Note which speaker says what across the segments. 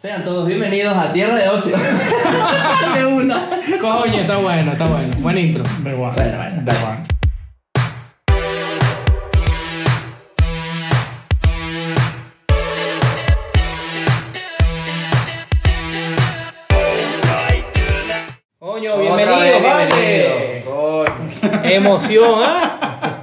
Speaker 1: Sean todos bienvenidos a Tierra de Ocio.
Speaker 2: De una.
Speaker 3: Coño, está bueno, está bueno. Buen intro.
Speaker 4: Da igual.
Speaker 1: Bueno, bueno.
Speaker 3: Da igual.
Speaker 1: Coño,
Speaker 2: Otra
Speaker 1: bienvenidos,
Speaker 2: vez,
Speaker 1: vale.
Speaker 2: bienvenidos. Coño.
Speaker 1: Emoción, ¿ah?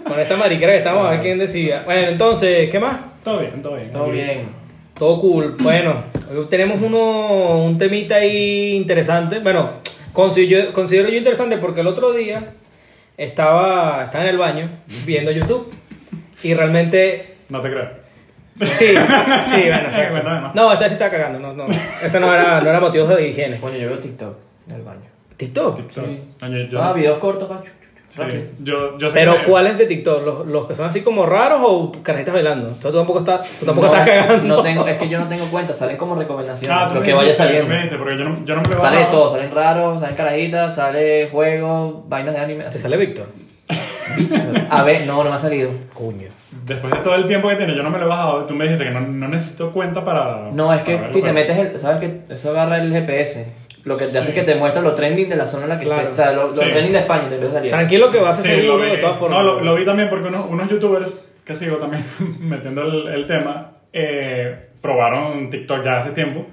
Speaker 1: Con esta mariquera que estamos, a ver quién decía. Bueno, entonces, ¿qué más?
Speaker 4: Todo bien, todo bien.
Speaker 2: Todo bien.
Speaker 1: Todo cool. Bueno, hoy tenemos uno, un temita ahí interesante. Bueno, considero, considero yo interesante porque el otro día estaba, estaba en el baño viendo YouTube y realmente
Speaker 4: No te creo.
Speaker 1: Sí, sí, bueno. exacto.
Speaker 4: Cuéntame más.
Speaker 1: No, esta sí estaba cagando, no, no. Eso no era, no era motivo de higiene.
Speaker 2: Coño, yo veo TikTok en el baño.
Speaker 1: TikTok.
Speaker 4: TikTok.
Speaker 2: Sí.
Speaker 4: No, yo, yo,
Speaker 2: Ah, videos cortos, va. chu, chu, chu,
Speaker 4: sí,
Speaker 2: rápido.
Speaker 4: yo, yo sé
Speaker 1: Pero
Speaker 4: que-
Speaker 1: ¿cuáles de TikTok? ¿Los, los que son así como raros o carajitas bailando? Tú, tú tampoco estás, tú tampoco
Speaker 2: no,
Speaker 1: estás cagando.
Speaker 2: No tengo, es que yo no tengo cuenta, salen como recomendaciones.
Speaker 4: Ah, tú
Speaker 2: lo
Speaker 4: me
Speaker 2: que vaya
Speaker 4: dijiste,
Speaker 2: saliendo.
Speaker 4: tú me dijiste, porque yo no, yo no me lo he
Speaker 2: Sale de
Speaker 4: bajado.
Speaker 2: todo, salen raros, salen carajitas, sale juegos, vainas de anime.
Speaker 1: ¿Te
Speaker 2: así.
Speaker 1: sale Víctor?
Speaker 2: A ver, no, no me ha salido.
Speaker 1: Coño.
Speaker 4: Después de todo el tiempo que tiene, yo no me lo he bajado. Tú me dijiste que no, no necesito cuenta para.
Speaker 2: No, es que
Speaker 4: para
Speaker 2: si te
Speaker 4: verlo, pero-
Speaker 2: metes el. ¿Sabes que Eso agarra el GPS. Lo que te hace
Speaker 4: Sí.
Speaker 2: es que te muestra los trending de la zona en la que
Speaker 1: Claro.
Speaker 2: estés. O sea, lo- los
Speaker 4: Sí.
Speaker 2: trending de España y te empieza a salir.
Speaker 1: Tranquilo que vas a
Speaker 4: Sí,
Speaker 1: ser
Speaker 4: lo
Speaker 1: Google
Speaker 4: vi.
Speaker 1: de todas formas.
Speaker 4: No, lo, lo vi también porque unos, unos youtubers que sigo también metiendo el, el tema eh, probaron TikTok ya hace tiempo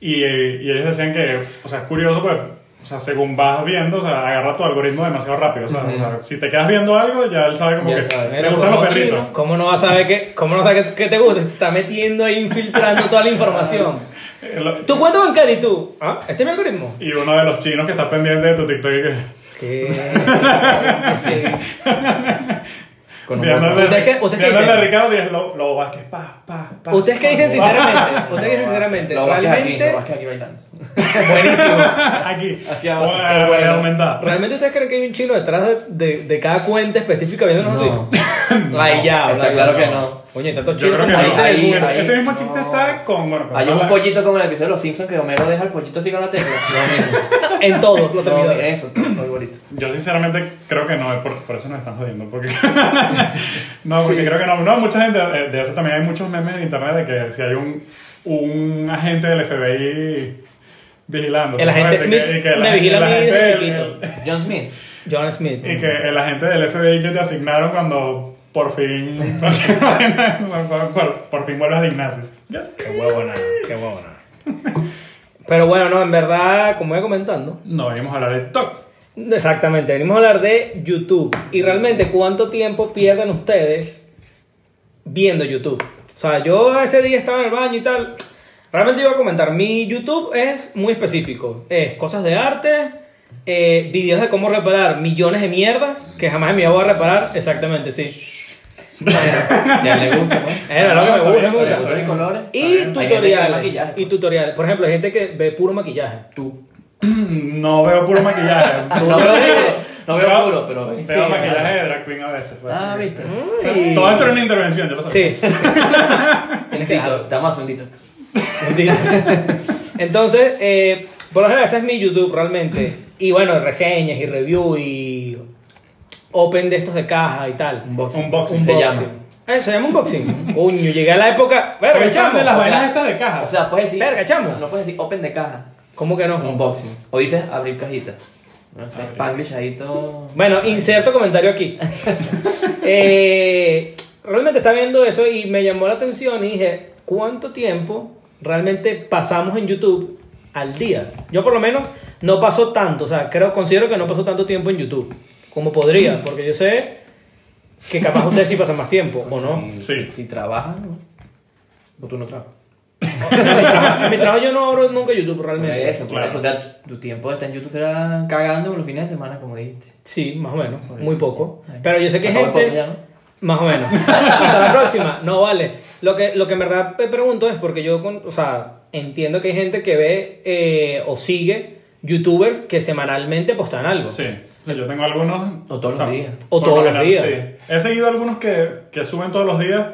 Speaker 4: y, eh, y ellos decían que, o sea, es curioso, pues, o sea, según vas viendo, o sea, agarra tu algoritmo demasiado rápido. O sea, o sea, si te quedas viendo algo, ya él sabe como
Speaker 2: Ya
Speaker 4: que
Speaker 2: sabe.
Speaker 4: me gustan los
Speaker 1: como
Speaker 4: perritos.
Speaker 1: chino, ¿Cómo no vas a saber que, cómo no sabes que, que te gusta? Se está metiendo ahí, infiltrando toda la información.
Speaker 4: Eh, lo-
Speaker 1: ¿Tu cuenta bancaria y tú? ¿Ah? ¿Este es mi algoritmo?
Speaker 4: Y uno de los chinos que está pendiente de tu TikTok y que.
Speaker 1: ¿Qué?
Speaker 2: Con un
Speaker 4: Viéndole-
Speaker 2: botón.
Speaker 1: ¿Ustedes qué- ustedes qué
Speaker 4: viéndole
Speaker 1: dicen?
Speaker 4: a Ricardo y es lo, lo Vázquez, pa, pa, pa.
Speaker 1: ¿Ustedes qué
Speaker 4: pa,
Speaker 1: dicen
Speaker 4: pa,
Speaker 1: sinceramente? ¿Ustedes qué dicen sinceramente?
Speaker 2: Lo vas que aquí,
Speaker 1: Realmente...
Speaker 2: lo vas que aquí bailando.
Speaker 1: Buenísimo.
Speaker 4: Aquí.
Speaker 2: Aquí abajo.
Speaker 4: Bueno, voy a aumentar.
Speaker 1: ¿Realmente ustedes creen que hay un chino detrás de, de, de cada cuenta específica viéndonos
Speaker 2: No.
Speaker 1: así? La ya,
Speaker 2: Está
Speaker 1: la-
Speaker 2: claro
Speaker 1: no.
Speaker 2: que no.
Speaker 1: Oye, tantos
Speaker 4: Yo
Speaker 1: chinos
Speaker 4: creo que
Speaker 1: como
Speaker 2: ahí-
Speaker 1: gente
Speaker 4: no.
Speaker 1: del
Speaker 2: ahí-
Speaker 1: mundo.
Speaker 4: Ese- ese mismo
Speaker 2: no.
Speaker 4: chiste está con. Bueno, con
Speaker 2: Hay un
Speaker 4: mala-
Speaker 2: pollito como en el episodio de los Simpsons que Homero deja el pollito así con la tecla.
Speaker 1: En todos los
Speaker 2: Lo mismo. No, eh.
Speaker 1: servidores.
Speaker 2: eso, muy bonito.
Speaker 4: Yo sinceramente creo que no, es por, por eso nos están jodiendo. Porque... no, porque creo que no. No, mucha gente, eh, de eso también hay muchos memes en internet de que si hay un, un agente del FBI vigilando.
Speaker 1: El agente
Speaker 4: ¿sabes? Y que-
Speaker 1: Smith
Speaker 4: y que el
Speaker 1: me
Speaker 4: agente-
Speaker 1: vigila a
Speaker 4: el
Speaker 1: mí
Speaker 4: agente
Speaker 1: desde
Speaker 4: del-
Speaker 1: chiquito.
Speaker 2: John Smith.
Speaker 1: John Smith.
Speaker 4: Y que el agente del FBI que te asignaron cuando por fin. por, por- por fin vuelves al gimnasio.
Speaker 1: Qué huevona, qué huevona. Pero bueno, no, en verdad, como iba comentando,
Speaker 4: No, venimos a hablar de TikTok.
Speaker 1: exactamente, venimos a hablar de YouTube. Y realmente, ¿cuánto tiempo pierden ustedes viendo YouTube? O sea, yo ese día estaba en el baño y tal. Realmente iba a comentar, mi YouTube es muy específico. Es cosas de arte, eh, videos de cómo reparar millones de mierdas que jamás en mi vida voy a reparar. Exactamente, sí.
Speaker 2: Si a él le gusta, pues.
Speaker 1: Era lo que me gusta,
Speaker 2: Le
Speaker 1: me gusta.
Speaker 2: gustan los colores. Ah, Hay
Speaker 1: Y
Speaker 2: gente que ve
Speaker 1: tutoriales.
Speaker 2: maquillaje. pues.
Speaker 1: Y tutoriales. Por ejemplo, hay gente que ve puro maquillaje.
Speaker 2: Tú.
Speaker 4: No veo puro maquillaje.
Speaker 2: Ah, No veo, no veo puro, pero
Speaker 4: Veo
Speaker 2: ve.
Speaker 1: Sí,
Speaker 4: maquillaje de drag queen a veces. pues.
Speaker 2: Ah, viste.
Speaker 1: Ay.
Speaker 4: Todo esto era una intervención, yo lo sabía.
Speaker 1: Sí.
Speaker 2: Tienes que dejarlo. Te vamos a hacer un detox.
Speaker 1: Entonces, eh, por lo general, ese es mi YouTube realmente. Y bueno, reseñas y review y open de estos de caja y tal.
Speaker 2: Un box.
Speaker 4: Un boxing.
Speaker 2: Se
Speaker 1: Unboxing.
Speaker 2: llama.
Speaker 1: Eh, se llama unboxing. Coño, llegué a la época.
Speaker 4: Soy
Speaker 1: Verga,
Speaker 4: fan
Speaker 1: chamo.
Speaker 4: de las
Speaker 2: o sea-
Speaker 4: vainas estas de caja.
Speaker 2: O sea, puedes decir.
Speaker 1: Verga, chamo.
Speaker 2: o sea, No puedes decir open de caja.
Speaker 1: ¿Cómo que no?
Speaker 2: Unboxing. O dices abrir cajita. No sé, Spanglish ahí todo.
Speaker 1: Bueno, inserto comentario aquí. Eh, realmente estaba viendo eso y me llamó la atención y dije, ¿cuánto tiempo realmente pasamos en YouTube al día? Yo por lo menos no paso tanto, o sea, creo, considero que no paso tanto tiempo en YouTube como podría, porque yo sé que capaz ustedes sí pasan más tiempo, ¿o no?
Speaker 2: Si-
Speaker 4: Sí.
Speaker 2: Si trabajas, ¿no? O tú no trabajas.
Speaker 1: O sea, en mi trabajo- en mi trabajo yo no abro nunca YouTube
Speaker 2: Por
Speaker 1: realmente.
Speaker 2: eso, por
Speaker 4: Claro.
Speaker 2: eso. O sea, tu tiempo de estar en YouTube será cagando por los fines de semana, como dijiste.
Speaker 1: Sí, más o menos, muy poco. Pero yo sé que hay
Speaker 2: Acabó el
Speaker 1: gente...
Speaker 2: podcast ya, ¿no?
Speaker 1: Más o menos. Hasta la próxima. No, vale. Lo que, lo que en verdad me pregunto es porque yo, con- o sea, entiendo que hay gente que ve eh, o sigue youtubers que semanalmente postan algo.
Speaker 4: Sí. O sea, yo tengo algunos.
Speaker 2: O todos los días.
Speaker 1: O
Speaker 4: por
Speaker 1: todos
Speaker 4: lo
Speaker 1: los
Speaker 4: general,
Speaker 1: días.
Speaker 4: sí. He seguido algunos que, que suben todos los días.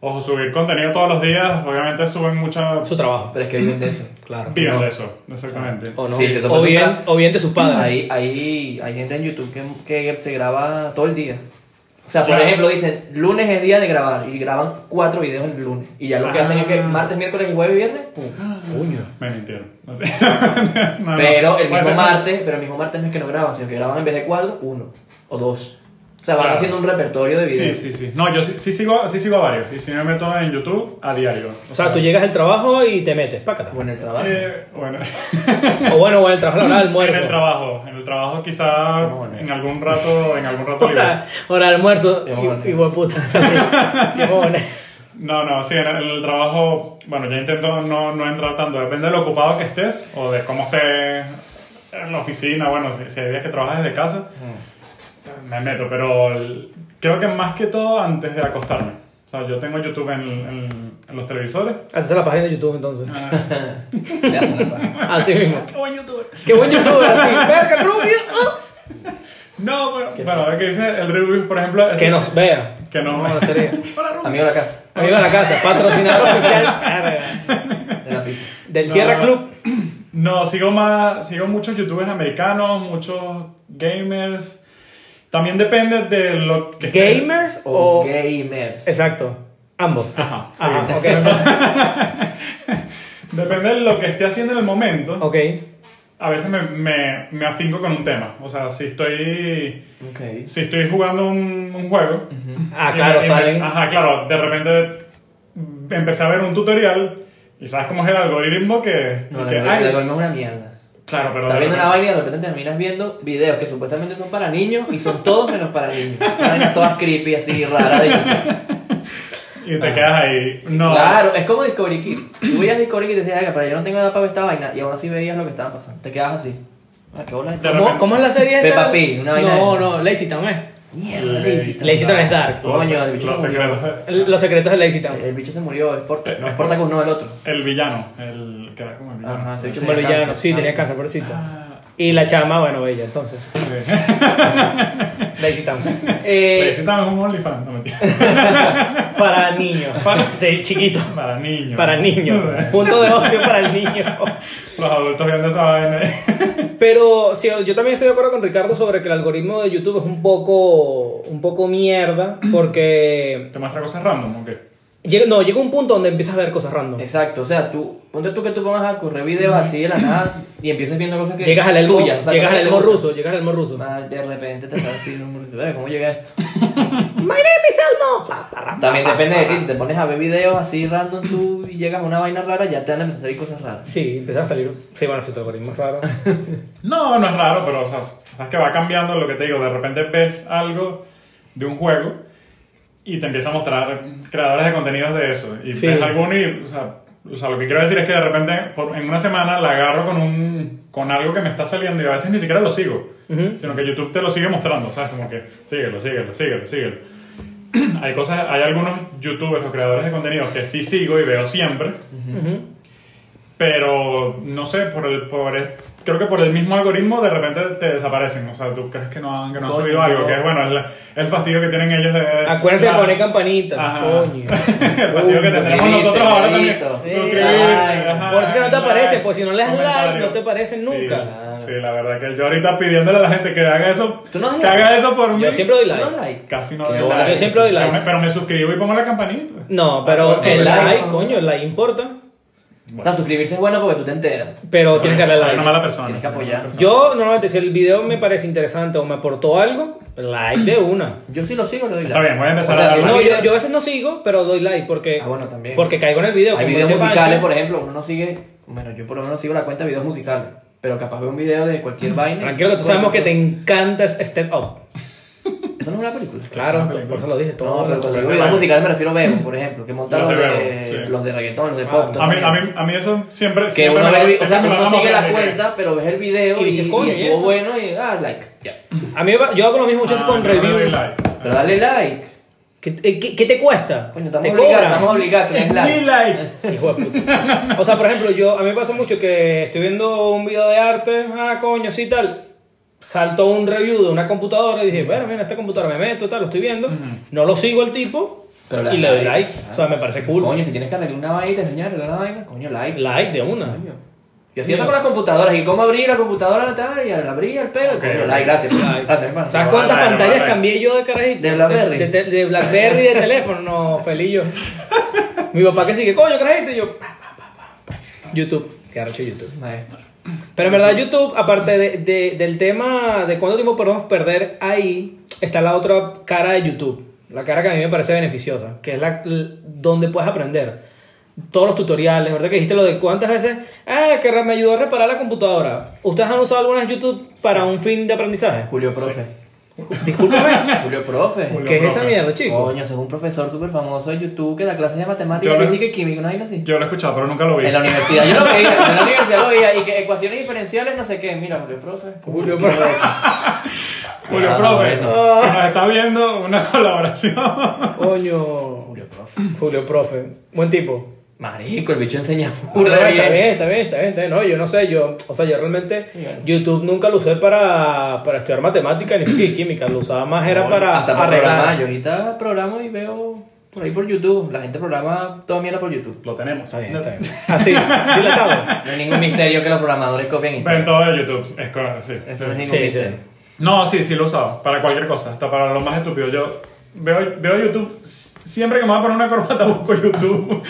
Speaker 4: Ojo, subir contenido todos los días. Obviamente suben mucha.
Speaker 1: Su trabajo.
Speaker 2: Pero es que viven de eso.
Speaker 1: Claro.
Speaker 4: Viven
Speaker 2: no.
Speaker 4: de eso, exactamente.
Speaker 1: O no.
Speaker 2: Sí, se
Speaker 1: o,
Speaker 2: supone
Speaker 1: bien,
Speaker 2: que-
Speaker 1: o bien de sus padres.
Speaker 2: Hay, hay, hay gente en YouTube que, que se graba todo el día. O sea, por
Speaker 4: Claro.
Speaker 2: ejemplo, dicen, lunes es día de grabar y graban cuatro videos el lunes. Y ya lo que hacen es que
Speaker 4: Ah.
Speaker 2: martes, miércoles y jueves y viernes, pum.
Speaker 1: Coño.
Speaker 4: Me mintieron. No sé. No, no.
Speaker 2: Pero el
Speaker 4: Puede
Speaker 2: mismo
Speaker 4: ser-
Speaker 2: martes, pero el mismo martes no es que no graban, sino que graban en vez de cuatro, uno o dos. O sea, van
Speaker 4: Claro.
Speaker 2: haciendo un repertorio de
Speaker 4: Sí,
Speaker 2: videos.
Speaker 4: sí, sí. No, yo sí, sí sigo, sí sigo a varios. Y si me meto en YouTube, a diario.
Speaker 1: O sea, tú llegas al trabajo y te metes, pácata.
Speaker 2: O en el trabajo.
Speaker 4: Eh, bueno,
Speaker 1: O bueno, o en el trabajo, a la hora del
Speaker 4: en
Speaker 1: almuerzo.
Speaker 4: el trabajo. En el trabajo quizá
Speaker 2: Qué mono.
Speaker 4: en algún rato, en algún rato libre.
Speaker 1: Hora, hora del almuerzo.
Speaker 2: Qué bueno.
Speaker 1: Y, y buen puta. Qué bueno.
Speaker 4: No, no, sí, en el, en el trabajo, bueno, ya intento no, no entrar tanto. Depende de lo ocupado que estés o de cómo estés en la oficina. Bueno, si, si hay días que trabajas desde casa,
Speaker 2: Mm.
Speaker 4: me meto. Pero el- creo que más que todo antes de acostarme. O sea, yo tengo YouTube en, en- en los televisores.
Speaker 1: Haces la página de YouTube entonces.
Speaker 4: Ah,
Speaker 2: Le hacen la paja.
Speaker 1: Así mismo. Qué buen youtuber. Qué buen youtuber, así. Verga, rubio. ah.
Speaker 4: No, pero bueno, ahora que dice el review, por ejemplo, es
Speaker 1: Que nos vea.
Speaker 4: que no.
Speaker 1: No, estaría.
Speaker 2: Amigo de la casa,
Speaker 1: Amigo de la casa, patrocinador oficial. Verga.
Speaker 2: de la FIFA.
Speaker 1: Del
Speaker 4: No.
Speaker 1: Tierra Club.
Speaker 4: No, sigo más, sigo muchos youtubers americanos, muchos gamers. También depende de lo que esté-
Speaker 1: ¿Gamers
Speaker 2: O
Speaker 1: o.?
Speaker 2: gamers.
Speaker 1: Exacto. Ambos.
Speaker 4: Ajá, sí.
Speaker 1: Ajá, ok.
Speaker 4: Depende de lo que esté haciendo en el momento.
Speaker 1: Ok.
Speaker 4: A veces me, me, me afinco con un tema. O sea, si estoy
Speaker 2: Ok.
Speaker 4: si estoy jugando un, un juego.
Speaker 1: Ah,
Speaker 4: y
Speaker 1: claro,
Speaker 4: me- y me-
Speaker 1: salen.
Speaker 4: Ajá, claro, de repente empecé a ver un tutorial y sabes cómo es el algoritmo que,
Speaker 2: No,
Speaker 4: que
Speaker 2: el
Speaker 4: ay,
Speaker 2: algoritmo es una mierda.
Speaker 4: Claro, pero
Speaker 2: Estás
Speaker 4: de
Speaker 2: viendo una vaina
Speaker 4: repente-
Speaker 2: y de repente terminas viendo videos que supuestamente son para niños y son todos menos para niños. Vainas todas creepy, así raras de YouTube.
Speaker 4: y te quedas ahí. No.
Speaker 2: Ah. Claro, es como Discovery Kids. Tú veías Discovery Kids y decías, "Ay, pero yo no tengo edad para ver esta vaina. Y aún así veías lo que estaba pasando. Te quedas así. Ah, qué bola esta.
Speaker 4: Claro.
Speaker 1: ¿Cómo, cómo es la serie?
Speaker 2: Peppa
Speaker 1: esta?
Speaker 2: Pig, una vaina
Speaker 1: No,
Speaker 2: de-
Speaker 1: no, Lazy Town eh. es.
Speaker 2: Mierda, Lazy Town.
Speaker 1: Lazy Town es Dark.
Speaker 2: Coño, el bicho
Speaker 4: Los
Speaker 2: se murió.
Speaker 4: secretos-
Speaker 1: L- Los secretos de Lazy Town.
Speaker 2: El bicho se murió, es Porta- No, es Portacus, no, el otro.
Speaker 4: El villano, el que era como el villano.
Speaker 2: Ajá, ese bicho
Speaker 1: Como el
Speaker 2: tenía
Speaker 1: villano,
Speaker 2: cáncer.
Speaker 1: sí, tenía
Speaker 2: Cáncer.
Speaker 1: casa, pobrecito.
Speaker 4: Ah,
Speaker 1: Y la chama, bueno, bella, entonces.
Speaker 4: sí.
Speaker 1: Lazy Town.
Speaker 4: Pero
Speaker 1: Eh,
Speaker 4: ese también es un OnlyFans, no mentira. Pues.
Speaker 1: para niños. de chiquito.
Speaker 4: Para niños.
Speaker 1: Para niños. Punto de ocio para el niño.
Speaker 4: Los adultos viendo esa vaina.
Speaker 1: Pero sí, yo también estoy de acuerdo con Ricardo sobre que el algoritmo de YouTube es un poco, un poco mierda porque...
Speaker 4: ¿Te muestra cosas random o qué?
Speaker 1: llega- no, llega un punto donde empiezas a ver cosas random.
Speaker 2: Exacto, o sea, tú, ponte tú que tú pongas a correr videos así de la nada y empieces viendo cosas que.
Speaker 1: Llegas al elmo,
Speaker 2: tuyas, o sea,
Speaker 1: llegas
Speaker 2: cosas que
Speaker 1: al elmo
Speaker 2: te gustan.
Speaker 1: ruso, llegas al elmo ruso.
Speaker 2: Ah, De repente te sale así un murmullo, "Verga, ¿cómo llega esto?
Speaker 1: My name is Elmo. Pa, pa, ra,
Speaker 2: También
Speaker 1: pa, pa,
Speaker 2: depende de
Speaker 1: pa,
Speaker 2: ti,
Speaker 1: ra.
Speaker 2: si te pones a ver videos así random tú y llegas a una vaina rara, ya te van a empezar a salir cosas raras.
Speaker 1: Sí, empiezan a salir. Sí, bueno, si tu algoritmo es raro.
Speaker 4: No, no es raro, pero o sea, sabes que va cambiando lo que te digo. De repente ves algo de un juego y te empieza a mostrar creadores de contenidos de eso. Y
Speaker 1: Sí.
Speaker 4: ves alguno y, o sea, o sea, lo que quiero decir es que de repente por- en una semana la agarro con, un, con algo que me está saliendo y a veces ni siquiera lo sigo.
Speaker 1: Ujú.
Speaker 4: sino que YouTube te lo sigue mostrando, ¿sabes? Como que síguelo, síguelo, síguelo, síguelo. hay cosas, hay algunos youtubers o creadores de contenido que sí sigo y veo siempre,
Speaker 1: Ujú.
Speaker 4: pero no sé, por el, por el- creo que por el mismo algoritmo de repente te desaparecen, o sea, tú crees que no han, que no han
Speaker 2: Coño,
Speaker 4: subido
Speaker 2: no.
Speaker 4: algo, que es bueno, es la- el fastidio que tienen ellos de...
Speaker 1: Acuérdense de
Speaker 4: Ah,
Speaker 1: poner campanita.
Speaker 4: Ajá.
Speaker 1: Coño.
Speaker 4: el fastidio que
Speaker 1: Uy,
Speaker 4: tendremos nosotros ahora también.
Speaker 2: dedito.
Speaker 1: Sí,
Speaker 2: ay,
Speaker 4: ajá,
Speaker 1: por eso que no te
Speaker 4: like,
Speaker 1: aparece, pues si no le das like,
Speaker 4: comentario.
Speaker 1: no te aparecen
Speaker 4: Sí,
Speaker 1: nunca.
Speaker 4: Sí, la verdad que yo ahorita pidiéndole a la gente que haga eso,
Speaker 2: Tú no has
Speaker 4: que haga eso por mí.
Speaker 1: Yo siempre doy
Speaker 2: ¿Tú no
Speaker 1: like.
Speaker 2: like?
Speaker 4: Casi no
Speaker 2: Qué
Speaker 4: doy
Speaker 2: bola.
Speaker 4: like.
Speaker 1: Yo siempre doy
Speaker 4: Pero
Speaker 1: like.
Speaker 4: me- Pero me suscribo y pongo la campanita.
Speaker 1: No, pero
Speaker 2: Doy
Speaker 1: el
Speaker 2: Ah, like.
Speaker 1: like, coño, el like importa.
Speaker 2: O sea, suscribirse es bueno porque tú te enteras.
Speaker 1: Pero tienes que darle
Speaker 4: Soy una mala
Speaker 1: like.
Speaker 4: persona.
Speaker 2: Tienes que
Speaker 4: soy una
Speaker 2: apoyar.
Speaker 4: mala persona.
Speaker 1: Yo normalmente, si el video me parece interesante o me aportó algo, like de una.
Speaker 2: Yo sí lo sigo, lo doy.
Speaker 4: Está
Speaker 2: like.
Speaker 4: bien, voy a empezar
Speaker 2: O sea,
Speaker 4: a
Speaker 2: si
Speaker 4: darle.
Speaker 1: No,
Speaker 2: uno-
Speaker 1: yo, yo a veces no sigo, pero doy like porque,
Speaker 2: Ah, bueno, también.
Speaker 1: porque caigo en el video.
Speaker 2: Hay
Speaker 1: como
Speaker 2: videos
Speaker 1: dice
Speaker 2: musicales,
Speaker 1: Pancho.
Speaker 2: por ejemplo, uno no sigue. Bueno, yo por lo menos sigo la cuenta de videos musicales. Pero capaz veo un video de cualquier vaina.
Speaker 1: Mm, Tranquilo que tú
Speaker 2: Bueno,
Speaker 1: sabemos que te encanta Step Up.
Speaker 2: Eso no es una película.
Speaker 1: Claro,
Speaker 4: Es una
Speaker 1: por eso lo dije. Todo
Speaker 2: No, pero cuando digo
Speaker 4: Pero
Speaker 2: videos
Speaker 4: bueno.
Speaker 2: musicales me refiero a Bebo, por ejemplo, que monta los
Speaker 4: Los
Speaker 2: de,
Speaker 4: de Bebo, sí.
Speaker 2: los de reggaetón, los de
Speaker 1: Ah,
Speaker 2: pop. toda
Speaker 4: A mí,
Speaker 2: esa
Speaker 4: a,
Speaker 2: mierda.
Speaker 4: mí, a mí eso siempre.
Speaker 2: Que
Speaker 4: siempre
Speaker 2: uno,
Speaker 4: me-
Speaker 2: ve, el- o
Speaker 4: siempre
Speaker 2: sea,
Speaker 4: me lo
Speaker 2: uno
Speaker 4: van a
Speaker 2: sigue la
Speaker 4: poner,
Speaker 2: cuenta, pero ves el video
Speaker 1: Y
Speaker 2: y,
Speaker 1: dices, coño,
Speaker 2: y
Speaker 1: ¿y
Speaker 2: estuvo
Speaker 1: esto?
Speaker 2: bueno y ah, like, ya.
Speaker 1: A mí me- yo hago lo mismo muchas
Speaker 4: Ah,
Speaker 1: con
Speaker 4: pero no le doy
Speaker 1: reviews.
Speaker 4: like.
Speaker 2: Pero dale like.
Speaker 1: ¿Qué, eh, qué- qué te cuesta?
Speaker 2: Coño,
Speaker 1: te
Speaker 2: estamos obligados,
Speaker 1: cobran.
Speaker 2: estamos obligados, que es
Speaker 4: Ni
Speaker 2: like.
Speaker 4: like.
Speaker 1: Hijo de puta. O sea, por ejemplo, yo a mí me pasa mucho que estoy viendo un video de arte, ah, coño, sí, tal. Salto un review de una computadora y dije, bueno, mira, esta computadora me meto, tal, lo estoy viendo. No lo sigo el tipo
Speaker 2: Pero
Speaker 1: y
Speaker 2: le
Speaker 1: le
Speaker 2: das
Speaker 1: doy like.
Speaker 2: like.
Speaker 1: O sea, me parece cool.
Speaker 2: Coño, si tienes que arreglar una vaina y te enseñar a arreglar una vaina, coño, like.
Speaker 1: Like de una.
Speaker 2: Coño. Y así eso con las computadoras. Y cómo abrir la computadora tal, y la abría el pelo.
Speaker 4: Ok,
Speaker 2: y
Speaker 4: ok.
Speaker 2: Ay, gracias.
Speaker 1: Ay.
Speaker 2: Gracias, hermano.
Speaker 1: ¿Sabes
Speaker 4: No,
Speaker 1: cuántas
Speaker 4: vale,
Speaker 1: pantallas
Speaker 4: vale.
Speaker 1: cambié yo de carajito?
Speaker 2: ¿De Blackberry?
Speaker 1: De, de- de Blackberry de teléfono, no, felillo. Mi papá que sigue, coño, carajito. Y yo, pa, pa, pa, pa, pa. YouTube, qué arrecho YouTube.
Speaker 2: Maestro.
Speaker 1: Pero en verdad, YouTube, aparte de- de- del tema de cuánto tiempo podemos perder ahí, está la otra cara de YouTube. La cara que a mí me parece beneficiosa, que es la l- donde puedes aprender. Todos los tutoriales, ¿verdad? Que dijiste lo de cuántas veces. Ah, que re- me ayudó a reparar la computadora. ¿Ustedes han usado algunas YouTube para un fin de aprendizaje?
Speaker 2: Julio Profe.
Speaker 1: Discúlpame.
Speaker 2: Julio Profe.
Speaker 4: Julio
Speaker 1: ¿Qué es
Speaker 4: Profe.
Speaker 1: esa mierda, chico?
Speaker 2: Coño, eso es un profesor súper famoso de YouTube que da clases de matemáticas,
Speaker 4: Yo lo-
Speaker 2: física y química, una vaina así.
Speaker 4: Yo lo he escuchado, pero nunca lo vi.
Speaker 2: En la universidad, yo lo veía, en la universidad lo veía, y que ecuaciones diferenciales, no sé qué, mira, Julio Profe.
Speaker 1: Julio, por
Speaker 4: Julio
Speaker 2: Ah,
Speaker 4: Profe,
Speaker 2: bueno.
Speaker 4: si nos está viendo una colaboración.
Speaker 1: Coño.
Speaker 2: Julio Profe.
Speaker 1: Julio, profe. Buen tipo.
Speaker 2: Marico, el bicho enseña
Speaker 1: No,
Speaker 2: burda de
Speaker 1: está
Speaker 2: bien.
Speaker 1: bien, está bien, está bien, está bien. No, yo no sé, yo, o sea, yo realmente YouTube nunca lo usé para, para estudiar matemática ni física y química, lo usaba más era
Speaker 2: No,
Speaker 1: para
Speaker 2: hasta para programar.
Speaker 1: arreglar.
Speaker 2: Yo ahorita programo y veo por ahí por YouTube. La gente programa toda mierda por YouTube.
Speaker 4: Lo tenemos.
Speaker 1: Está bien, está bien. Así, dilatado.
Speaker 2: No hay ningún misterio que los programadores copien y
Speaker 4: Ven todo de YouTube, es correcto, sí.
Speaker 2: Eso no es ningún
Speaker 1: Sí, sí.
Speaker 2: misterio.
Speaker 4: No, sí, sí lo he usado. Para cualquier cosa, hasta para lo más estúpido. Yo veo, veo YouTube, s- siempre que me voy a poner una corbata busco YouTube.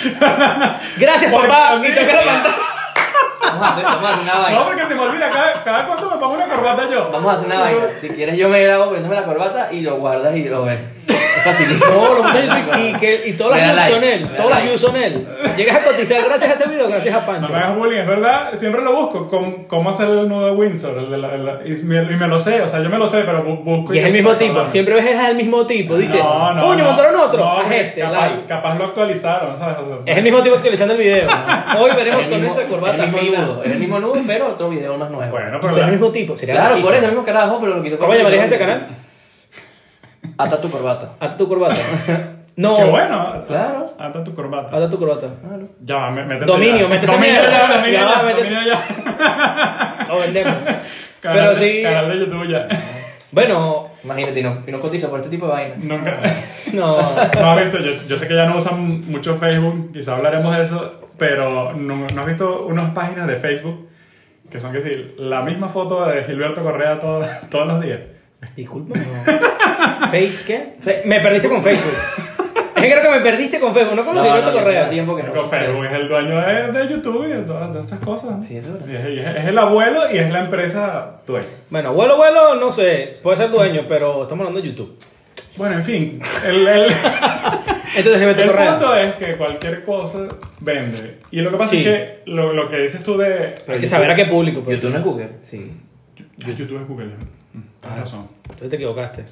Speaker 1: Gracias,
Speaker 4: Porque
Speaker 1: papá.
Speaker 4: así-
Speaker 1: Y toqué la pantalla.
Speaker 2: Vamos a hacer, vamos a hacer una
Speaker 4: No,
Speaker 2: vaina.
Speaker 4: porque se me olvida, cada, cada cuánto me pongo una corbata yo.
Speaker 2: Vamos a hacer una vaina. Si quieres yo me grabo poniéndome la corbata y lo guardas y lo ves. Es facilísimo.
Speaker 1: No, lo puse en YouTube y, que- y todas
Speaker 2: Le da
Speaker 1: las views
Speaker 2: like,
Speaker 1: son
Speaker 2: le
Speaker 1: él.
Speaker 2: da
Speaker 1: Todas las
Speaker 2: like.
Speaker 1: views son él. Llegas a cotizar gracias a ese video, gracias a
Speaker 4: No
Speaker 1: Pancho.
Speaker 4: me hagas bullying, es verdad, siempre lo busco. ¿Cómo, cómo hacer el nudo de Windsor? El de la- el- la- y, me, y me lo sé, o sea, yo me lo sé, pero bu- busco.
Speaker 1: Y es el mismo tipo,
Speaker 4: acordarme.
Speaker 1: siempre ves al mismo tipo. Dice,
Speaker 4: No, no,
Speaker 1: coño,
Speaker 4: no.
Speaker 1: montaron otro.
Speaker 4: No,
Speaker 1: Haz este,
Speaker 4: capaz,
Speaker 1: like.
Speaker 4: capaz lo actualizaron, ¿sabes? O sea,
Speaker 1: Es el mismo tipo actualizando el video. Hoy veremos
Speaker 2: Es el
Speaker 1: con
Speaker 2: mismo-
Speaker 1: esta corbata.
Speaker 2: Es el mismo
Speaker 1: fina.
Speaker 2: nudo. Es el mismo nudo, pero otro video más nuevo.
Speaker 4: bueno, pero.
Speaker 1: Pero es el
Speaker 4: la-
Speaker 1: mismo tipo, sería
Speaker 2: Claro, por
Speaker 1: arrechísimo.
Speaker 2: eso el mismo carajo, pero lo que hizo
Speaker 1: ¿Cómo llamarías ese canal?
Speaker 2: Hasta tu corbata.
Speaker 1: Ata tu corbata. No.
Speaker 4: Qué bueno.
Speaker 2: Claro.
Speaker 4: Ata tu corbata.
Speaker 1: Ata tu corbata.
Speaker 2: Claro.
Speaker 4: Ya va, mé- métete.
Speaker 1: Dominio,
Speaker 4: ya.
Speaker 1: métese
Speaker 4: Dominio
Speaker 1: mierda.
Speaker 4: ya,
Speaker 1: Ya
Speaker 4: dominio
Speaker 1: va,
Speaker 4: ya,
Speaker 1: métese.
Speaker 4: dominio ya.
Speaker 1: Lo vendemos.
Speaker 4: Canal
Speaker 1: Pero
Speaker 4: de-
Speaker 1: sí.
Speaker 4: Canal de YouTube ya.
Speaker 1: Bueno,
Speaker 2: Imagínate, y no, y no cotiza por este tipo de vaina.
Speaker 4: Nunca.
Speaker 1: no.
Speaker 4: No has visto, yo, yo sé que ya no usan mucho Facebook, quizá hablaremos de eso, pero no, no has visto unas páginas de Facebook que son que sí, la misma foto de Gilberto Correa todo- todos los días.
Speaker 1: Disculpa. no. ¿Face qué?
Speaker 2: Fe-
Speaker 1: me perdiste con Facebook. Es que creo que me perdiste con Facebook, no con los de Alberto
Speaker 2: yo
Speaker 1: este Correa.
Speaker 2: tengo tiempo que no.
Speaker 4: Porque Facebook es el dueño de, de YouTube y de todas, todas esas cosas.
Speaker 2: Sí, eso es
Speaker 4: Y es, y es- es el abuelo y es la empresa dueña.
Speaker 1: Bueno, vuelo, vuelo, no sé. Puede ser dueño, pero estamos hablando de YouTube.
Speaker 4: Bueno, en fin, el, el-
Speaker 1: Entonces, Alberto
Speaker 4: El
Speaker 1: Correa.
Speaker 4: punto es que cualquier cosa vende. Y lo que pasa
Speaker 1: Sí.
Speaker 4: es que lo, lo que dices tú de.
Speaker 1: Hay que saber a qué público. pues.
Speaker 2: YouTube no es Google. Sí.
Speaker 4: Ah, YouTube es Google. Mm, Tienes razón.
Speaker 1: Entonces te equivocaste.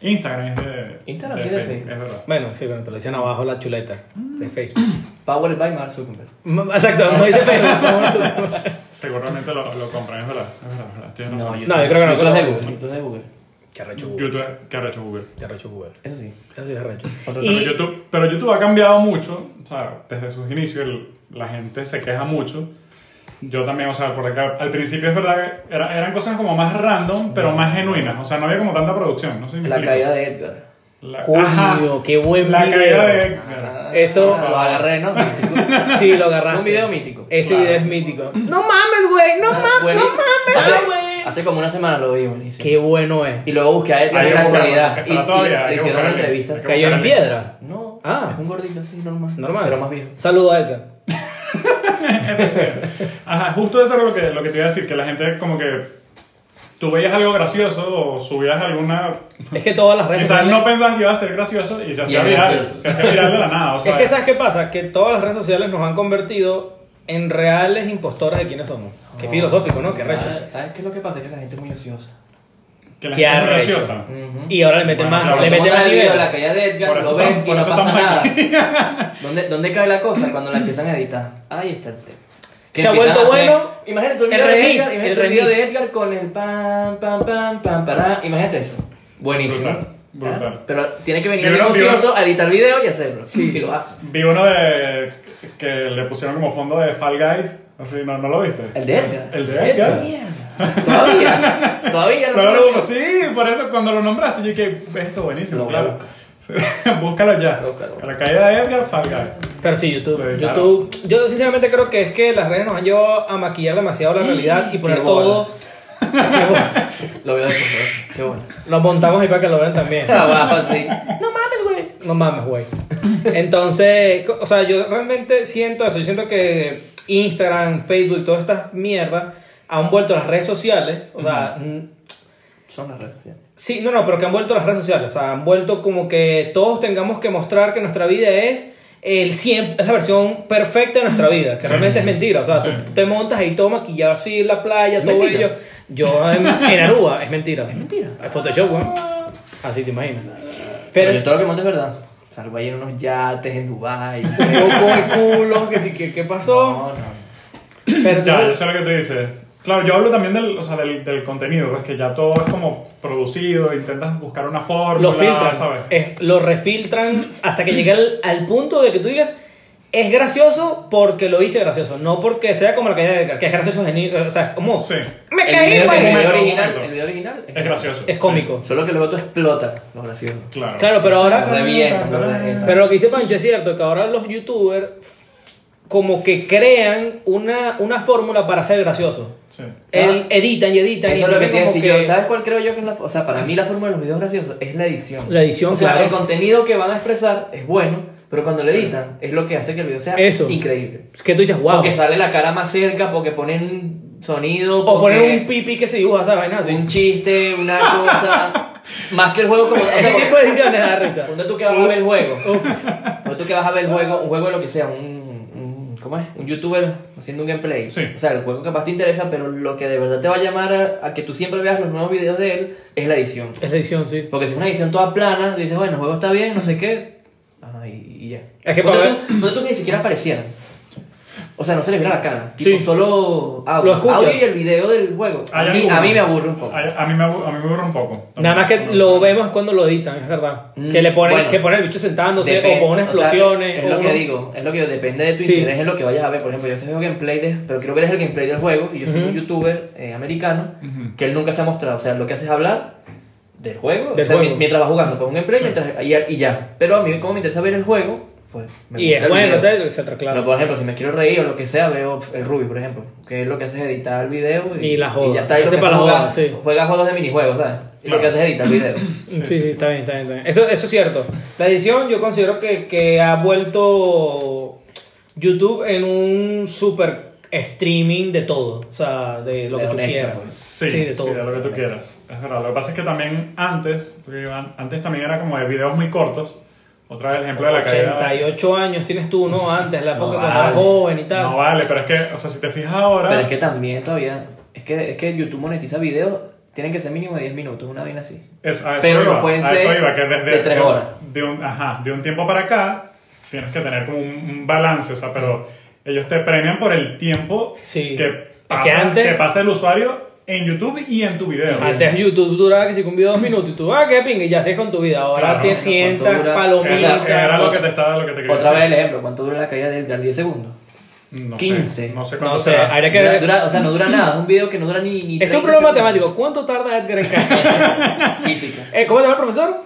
Speaker 4: Instagram es de.
Speaker 2: Instagram es de Facebook.
Speaker 4: Es verdad.
Speaker 1: Bueno, sí, pero te lo decían abajo la chuleta de Facebook.
Speaker 2: Powered by Mark Zuckerberg.
Speaker 1: Mm, Exacto, no dice Facebook. no,
Speaker 4: Seguramente lo, lo compran, es verdad. Es verdad, es verdad. Tienes razón.
Speaker 1: yo creo que no,
Speaker 2: YouTube es de
Speaker 1: no.
Speaker 2: Google. YouTube es de Google.
Speaker 1: Qué arrecho Google.
Speaker 4: YouTube es. ¿Qué ha hecho Google?
Speaker 1: Qué arrecho Google.
Speaker 2: Eso sí.
Speaker 1: Eso sí es arrecho.
Speaker 2: Otro
Speaker 1: Y-
Speaker 4: Pero YouTube, pero YouTube ha cambiado mucho. O sea, desde sus inicios el- la gente se queja mucho. Yo también, o sea, porque al al principio es verdad que era- eran cosas como más random, pero más genuinas. O sea, no había como tanta producción. No sé si me
Speaker 2: La
Speaker 4: explico.
Speaker 2: caída de Edgar.
Speaker 4: La-
Speaker 1: Coño,
Speaker 4: Ajá.
Speaker 1: qué buen
Speaker 4: La
Speaker 1: video.
Speaker 4: caída de.
Speaker 1: Eso-
Speaker 2: Ah, Lo agarré, ¿no? Mítico. Eh,
Speaker 1: Sí, lo agarraste.
Speaker 2: Un video mítico.
Speaker 1: Ese
Speaker 4: Claro.
Speaker 1: video es mítico. No mames, güey. No mames.
Speaker 2: Bueno,
Speaker 1: No
Speaker 2: hace,
Speaker 1: mames, güey.
Speaker 2: hace como una semana lo vi, buenísimo.
Speaker 1: Qué bueno es.
Speaker 2: Y luego busqué a Edgar
Speaker 4: Hay
Speaker 2: en
Speaker 4: que
Speaker 2: la
Speaker 4: buscarlo,
Speaker 2: actualidad.
Speaker 4: está
Speaker 2: Y, y
Speaker 4: todavía,
Speaker 2: le,
Speaker 4: hay que
Speaker 2: hicieron una
Speaker 4: buscarlo.
Speaker 2: entrevista.
Speaker 4: Hay que
Speaker 1: Cayó en
Speaker 4: buscarle.
Speaker 1: piedra.
Speaker 2: No,
Speaker 1: Ah.
Speaker 2: es un gordito así, normal.
Speaker 1: Normal.
Speaker 2: Pero más viejo.
Speaker 1: Saludos a Edgar.
Speaker 4: Ajá, justo eso era lo que, lo que te iba a decir, que la gente como que. Tú veías algo gracioso o subías alguna.
Speaker 1: Es que todas las redes
Speaker 4: Quizás
Speaker 1: sociales.
Speaker 4: no pensabas que iba a ser gracioso y se hacía
Speaker 2: es
Speaker 4: viral.
Speaker 2: gracioso.
Speaker 4: Se hacía viral de la nada. O sea,
Speaker 1: es que sabes qué pasa, que todas las redes sociales nos han convertido en reales impostores de quiénes somos.
Speaker 2: Oh.
Speaker 1: Qué filosófico, ¿no? Qué
Speaker 2: ¿Sabes-
Speaker 1: recho.
Speaker 2: ¿Sabes qué es lo que pasa? Que la gente es muy ociosa.
Speaker 4: que la
Speaker 1: qué
Speaker 4: gente es
Speaker 1: arrecho.
Speaker 4: graciosa.
Speaker 1: Y ahora le meten
Speaker 4: Bueno,
Speaker 1: más,
Speaker 4: pero
Speaker 1: le
Speaker 2: Tú
Speaker 1: meten
Speaker 2: montas el
Speaker 1: más
Speaker 2: video de
Speaker 1: nivel.
Speaker 2: la caída de Edgar,
Speaker 4: Por eso
Speaker 2: lo ves
Speaker 4: estamos-
Speaker 2: y
Speaker 4: por
Speaker 2: no
Speaker 4: eso
Speaker 2: pasa
Speaker 4: estamos
Speaker 2: nada. ¿Dónde, ¿Dónde cae la cosa? Cuando la empiezan a editar. Ahí está el tema. Que
Speaker 1: Se ha
Speaker 2: empiezan
Speaker 1: vuelto
Speaker 2: a hacer-
Speaker 1: bueno
Speaker 2: Imagínate un
Speaker 1: el
Speaker 2: video de
Speaker 1: remix,
Speaker 2: Edgar, imagínate
Speaker 1: el
Speaker 2: un video
Speaker 1: remix.
Speaker 2: de Edgar con el pam, pam, pam, pam, para. Imagínate eso. Buenísimo.
Speaker 4: Brutal, brutal.
Speaker 2: Claro, Pero tiene que venir el
Speaker 4: Vieron, vieron.
Speaker 2: ocioso a editar el video y hacerlo. Y lo hace.
Speaker 4: Vi uno de. que le pusieron como fondo de Fall Guys. Así, no, no lo viste.
Speaker 2: El de Edgar.
Speaker 4: El de Edgar. pues
Speaker 2: Mierda. Todavía. Todavía no
Speaker 4: Pero
Speaker 2: se
Speaker 4: lo
Speaker 2: lo
Speaker 4: busco, sí, por eso cuando lo nombraste, yo dije, esto buenísimo,
Speaker 2: Lo voy a
Speaker 4: claro.
Speaker 2: buscar.
Speaker 4: Búscalo ya.
Speaker 2: Búscalo.
Speaker 4: A la caída de Edgar, Fall Guy.
Speaker 1: Pero sí, YouTube.
Speaker 4: Pero claro.
Speaker 1: YouTube. Yo sinceramente creo que es que las redes nos han llevado a maquillar demasiado la realidad y poner
Speaker 2: Qué
Speaker 1: todo. Qué bola.
Speaker 2: Lo veo después, ¿no? qué bueno.
Speaker 1: Lo montamos ahí para que lo vean también.
Speaker 2: Abajo, sí. No mames, güey.
Speaker 1: No mames, güey. Entonces, co- o sea, yo realmente siento eso. Yo siento que Instagram, Facebook, todas estas mierdas han vuelto las redes sociales. O sea, n-
Speaker 2: Son las redes sociales.
Speaker 1: sí, no, no, pero que han vuelto las redes sociales. O sea, han vuelto como que todos tengamos que mostrar que nuestra vida es el 100, es la versión perfecta de nuestra vida. Que
Speaker 4: Sí.
Speaker 1: realmente es mentira. O sea,
Speaker 4: Sí.
Speaker 1: tú te montas ahí todo maquillado así en la playa,
Speaker 2: Es
Speaker 1: todo
Speaker 2: mentira.
Speaker 1: bello. Yo en, en Aruba, es mentira.
Speaker 2: Es mentira.
Speaker 1: Es Photoshop, güey. Así te imaginas.
Speaker 2: Pero
Speaker 1: Pero,
Speaker 2: yo todo lo que monto es verdad. Salgo ahí en unos yates en Dubai.
Speaker 1: loco el culo, que sí, que qué pasó.
Speaker 2: No, no.
Speaker 1: Pero
Speaker 4: Ya, yo
Speaker 1: tú-
Speaker 4: sé lo que tú dices. Claro, yo hablo también del, o sea, del, del contenido, pues que ya todo es como producido, intentas buscar una forma.
Speaker 1: lo filtran,
Speaker 4: ¿sabes?
Speaker 1: es- lo refiltran hasta que llega al, al punto de que tú digas, es gracioso porque lo hice gracioso, no porque sea como la caída de Edgar, que es gracioso, geni- o sea, es como...
Speaker 4: Sí.
Speaker 1: Me
Speaker 2: El
Speaker 1: caí,
Speaker 2: video,
Speaker 1: pues.
Speaker 2: el
Speaker 1: marico".
Speaker 2: video
Speaker 4: Momento,
Speaker 2: original,
Speaker 4: momento.
Speaker 2: el video original
Speaker 4: Es gracioso.
Speaker 1: Es cómico.
Speaker 2: Solo que luego tú explota los graciosos.
Speaker 4: Sí, claro.
Speaker 1: Claro, pero
Speaker 2: Los
Speaker 1: ahora... Ah.
Speaker 2: revientas, los revientas.
Speaker 1: Pero lo que dice Pancho es cierto, que ahora los youtubers como que crean una, una fórmula para ser gracioso.
Speaker 4: Sí.
Speaker 1: El- editan y editan. y
Speaker 2: Eso es lo que
Speaker 1: entonces
Speaker 2: te iba a decir
Speaker 1: como que-
Speaker 2: yo. ¿Sabes cuál creo yo que es la.? O sea, para mí la forma de los videos graciosos es la edición.
Speaker 1: La edición,
Speaker 2: O sea,
Speaker 1: claro.
Speaker 2: el contenido que van a expresar es bueno, pero cuando lo editan es lo que hace que el video sea
Speaker 1: Eso.
Speaker 2: increíble.
Speaker 1: que tú dices, wow.
Speaker 2: Porque sale la cara más cerca, porque ponen sonido.
Speaker 1: o
Speaker 2: porque
Speaker 1: poner un pipí que se dibuja, esa vaina así.
Speaker 2: un chiste, una cosa. más que el juego como. O sea,
Speaker 1: Ese tipo de decisiones da risa.
Speaker 2: Ponte tú que vas a ver el juego. Ponte tú que vas a ver el juego, un juego de lo que sea, un, un- ¿cómo es? Un youtuber haciendo un gameplay.
Speaker 4: Sí.
Speaker 2: O sea, el juego capaz te interesa, pero lo que de verdad te va a llamar a, a que tú siempre veas los nuevos videos de él es la edición.
Speaker 1: Es la edición, sí.
Speaker 2: Porque si es una edición toda plana, tú dices, bueno, el juego está bien, no sé qué. Ajá, y, y ya.
Speaker 1: Es que
Speaker 2: ponte
Speaker 1: para
Speaker 2: tú, ponte tú que ni siquiera aparecieran. O sea, no se les viera la cara. Tipo,
Speaker 1: Sí.
Speaker 2: solo
Speaker 1: Lo
Speaker 2: audio.
Speaker 1: escuchas.
Speaker 2: audio y el video del juego. A
Speaker 4: Hay
Speaker 2: mí,
Speaker 4: algunos.
Speaker 2: a mí me aburre un poco.
Speaker 4: Hay- A, mí me aburre, a mí me aburre un poco.
Speaker 1: Nada más que lo vemos cuando lo editan, es verdad.
Speaker 2: Mm,
Speaker 1: que le ponen,
Speaker 2: bueno.
Speaker 1: que ponen el bicho sentándose,
Speaker 2: Depende,
Speaker 1: o ponen
Speaker 2: o sea,
Speaker 1: explosiones.
Speaker 2: es lo
Speaker 1: o uno-
Speaker 2: que digo, es lo que depende de tu
Speaker 1: Sí.
Speaker 2: interés, es lo que vayas a ver. Por ejemplo, yo a veces veo gameplay, de, pero quiero ver es el gameplay del juego. Y yo soy un youtuber eh, americano que él nunca se ha mostrado. O sea, lo que hace es hablar del juego, o
Speaker 1: Del
Speaker 2: sea, mi-
Speaker 1: juego.
Speaker 2: mientras va jugando, pues un gameplay mientras, y, y ya. Pero a mí, como me interesa ver el juego, pues me
Speaker 1: Y
Speaker 2: gusta
Speaker 1: es
Speaker 2: el
Speaker 1: bueno,
Speaker 2: video.
Speaker 1: te- etcétera, claro.
Speaker 2: No, por ejemplo, si me quiero reír o lo que sea, veo pf, el Ruby, por ejemplo, que es lo que hace es editar el video y,
Speaker 1: Y la joda,
Speaker 2: ya está. y lo
Speaker 1: hace
Speaker 2: que
Speaker 1: para
Speaker 2: hace
Speaker 1: la
Speaker 2: es
Speaker 1: joda,
Speaker 2: jugar-
Speaker 1: sí.
Speaker 2: Juega juegos de minijuegos, ¿sabes? Y lo
Speaker 4: Claro.
Speaker 2: que hace es editar el video.
Speaker 1: Sí, sí, está bien, está bien, está bien. Eso, eso es cierto. La edición yo considero que, que ha vuelto YouTube en un super streaming de todo. O sea, de lo
Speaker 2: De
Speaker 1: que tú
Speaker 2: un extra,
Speaker 1: quieras.
Speaker 2: pues.
Speaker 4: Sí,
Speaker 1: Sí, de todo.
Speaker 4: lo que tú quieras. Es verdad. Lo que pasa es que también antes, lo que iban- antes también era como de videos muy cortos. Otra vez el ejemplo de la caída.
Speaker 1: 88 años tienes tú, ¿no? Antes, la época
Speaker 2: No
Speaker 1: cuando eras
Speaker 2: vale.
Speaker 1: joven y tal.
Speaker 4: No vale, pero es que, o sea, si te fijas ahora.
Speaker 2: Pero es que también todavía. Es que, es que YouTube monetiza videos, tienen que ser mínimo de 10 minutos, una vaina así.
Speaker 4: Es- a eso
Speaker 2: Pero no
Speaker 4: iba,
Speaker 2: pueden
Speaker 4: a eso
Speaker 2: ser
Speaker 4: iba, que desde-
Speaker 2: de tres
Speaker 4: de-
Speaker 2: horas.
Speaker 4: De un, ajá, de un tiempo para acá tienes que tener como un, un balance, o sea, pero ellos te premian por el tiempo
Speaker 1: Sí. Es
Speaker 4: que,
Speaker 1: que
Speaker 4: pasa,
Speaker 1: antes-
Speaker 4: que pasa el usuario en YouTube y en tu video.
Speaker 1: Antes YouTube duraba que si con un video dos minutos y tú, ah, qué pingue, y ya haces con tu vida. Ahora
Speaker 4: Claro,
Speaker 1: te
Speaker 4: ¿cuánto
Speaker 1: sientas,
Speaker 2: dura?
Speaker 1: palomitas.
Speaker 4: Esa-
Speaker 2: Otra-
Speaker 4: era lo
Speaker 2: otra-
Speaker 4: que te estaba lo que te quería
Speaker 2: Otra vez
Speaker 4: decir.
Speaker 2: el ejemplo, ¿cuánto dura la caída del, del 10 segundos?
Speaker 4: No
Speaker 2: 15.
Speaker 4: Sé, no sé cuánto
Speaker 1: No sé,
Speaker 4: será.
Speaker 1: habría que
Speaker 2: Dura-
Speaker 1: ver.
Speaker 2: dura- o sea, no dura nada, es un video que no dura ni. ni
Speaker 1: Esto es un
Speaker 2: 30
Speaker 1: problema
Speaker 2: segundos.
Speaker 1: temático. ¿Cuánto tarda Edgar en caer?
Speaker 2: Física.
Speaker 1: eh, ¿Cómo te llama el profesor?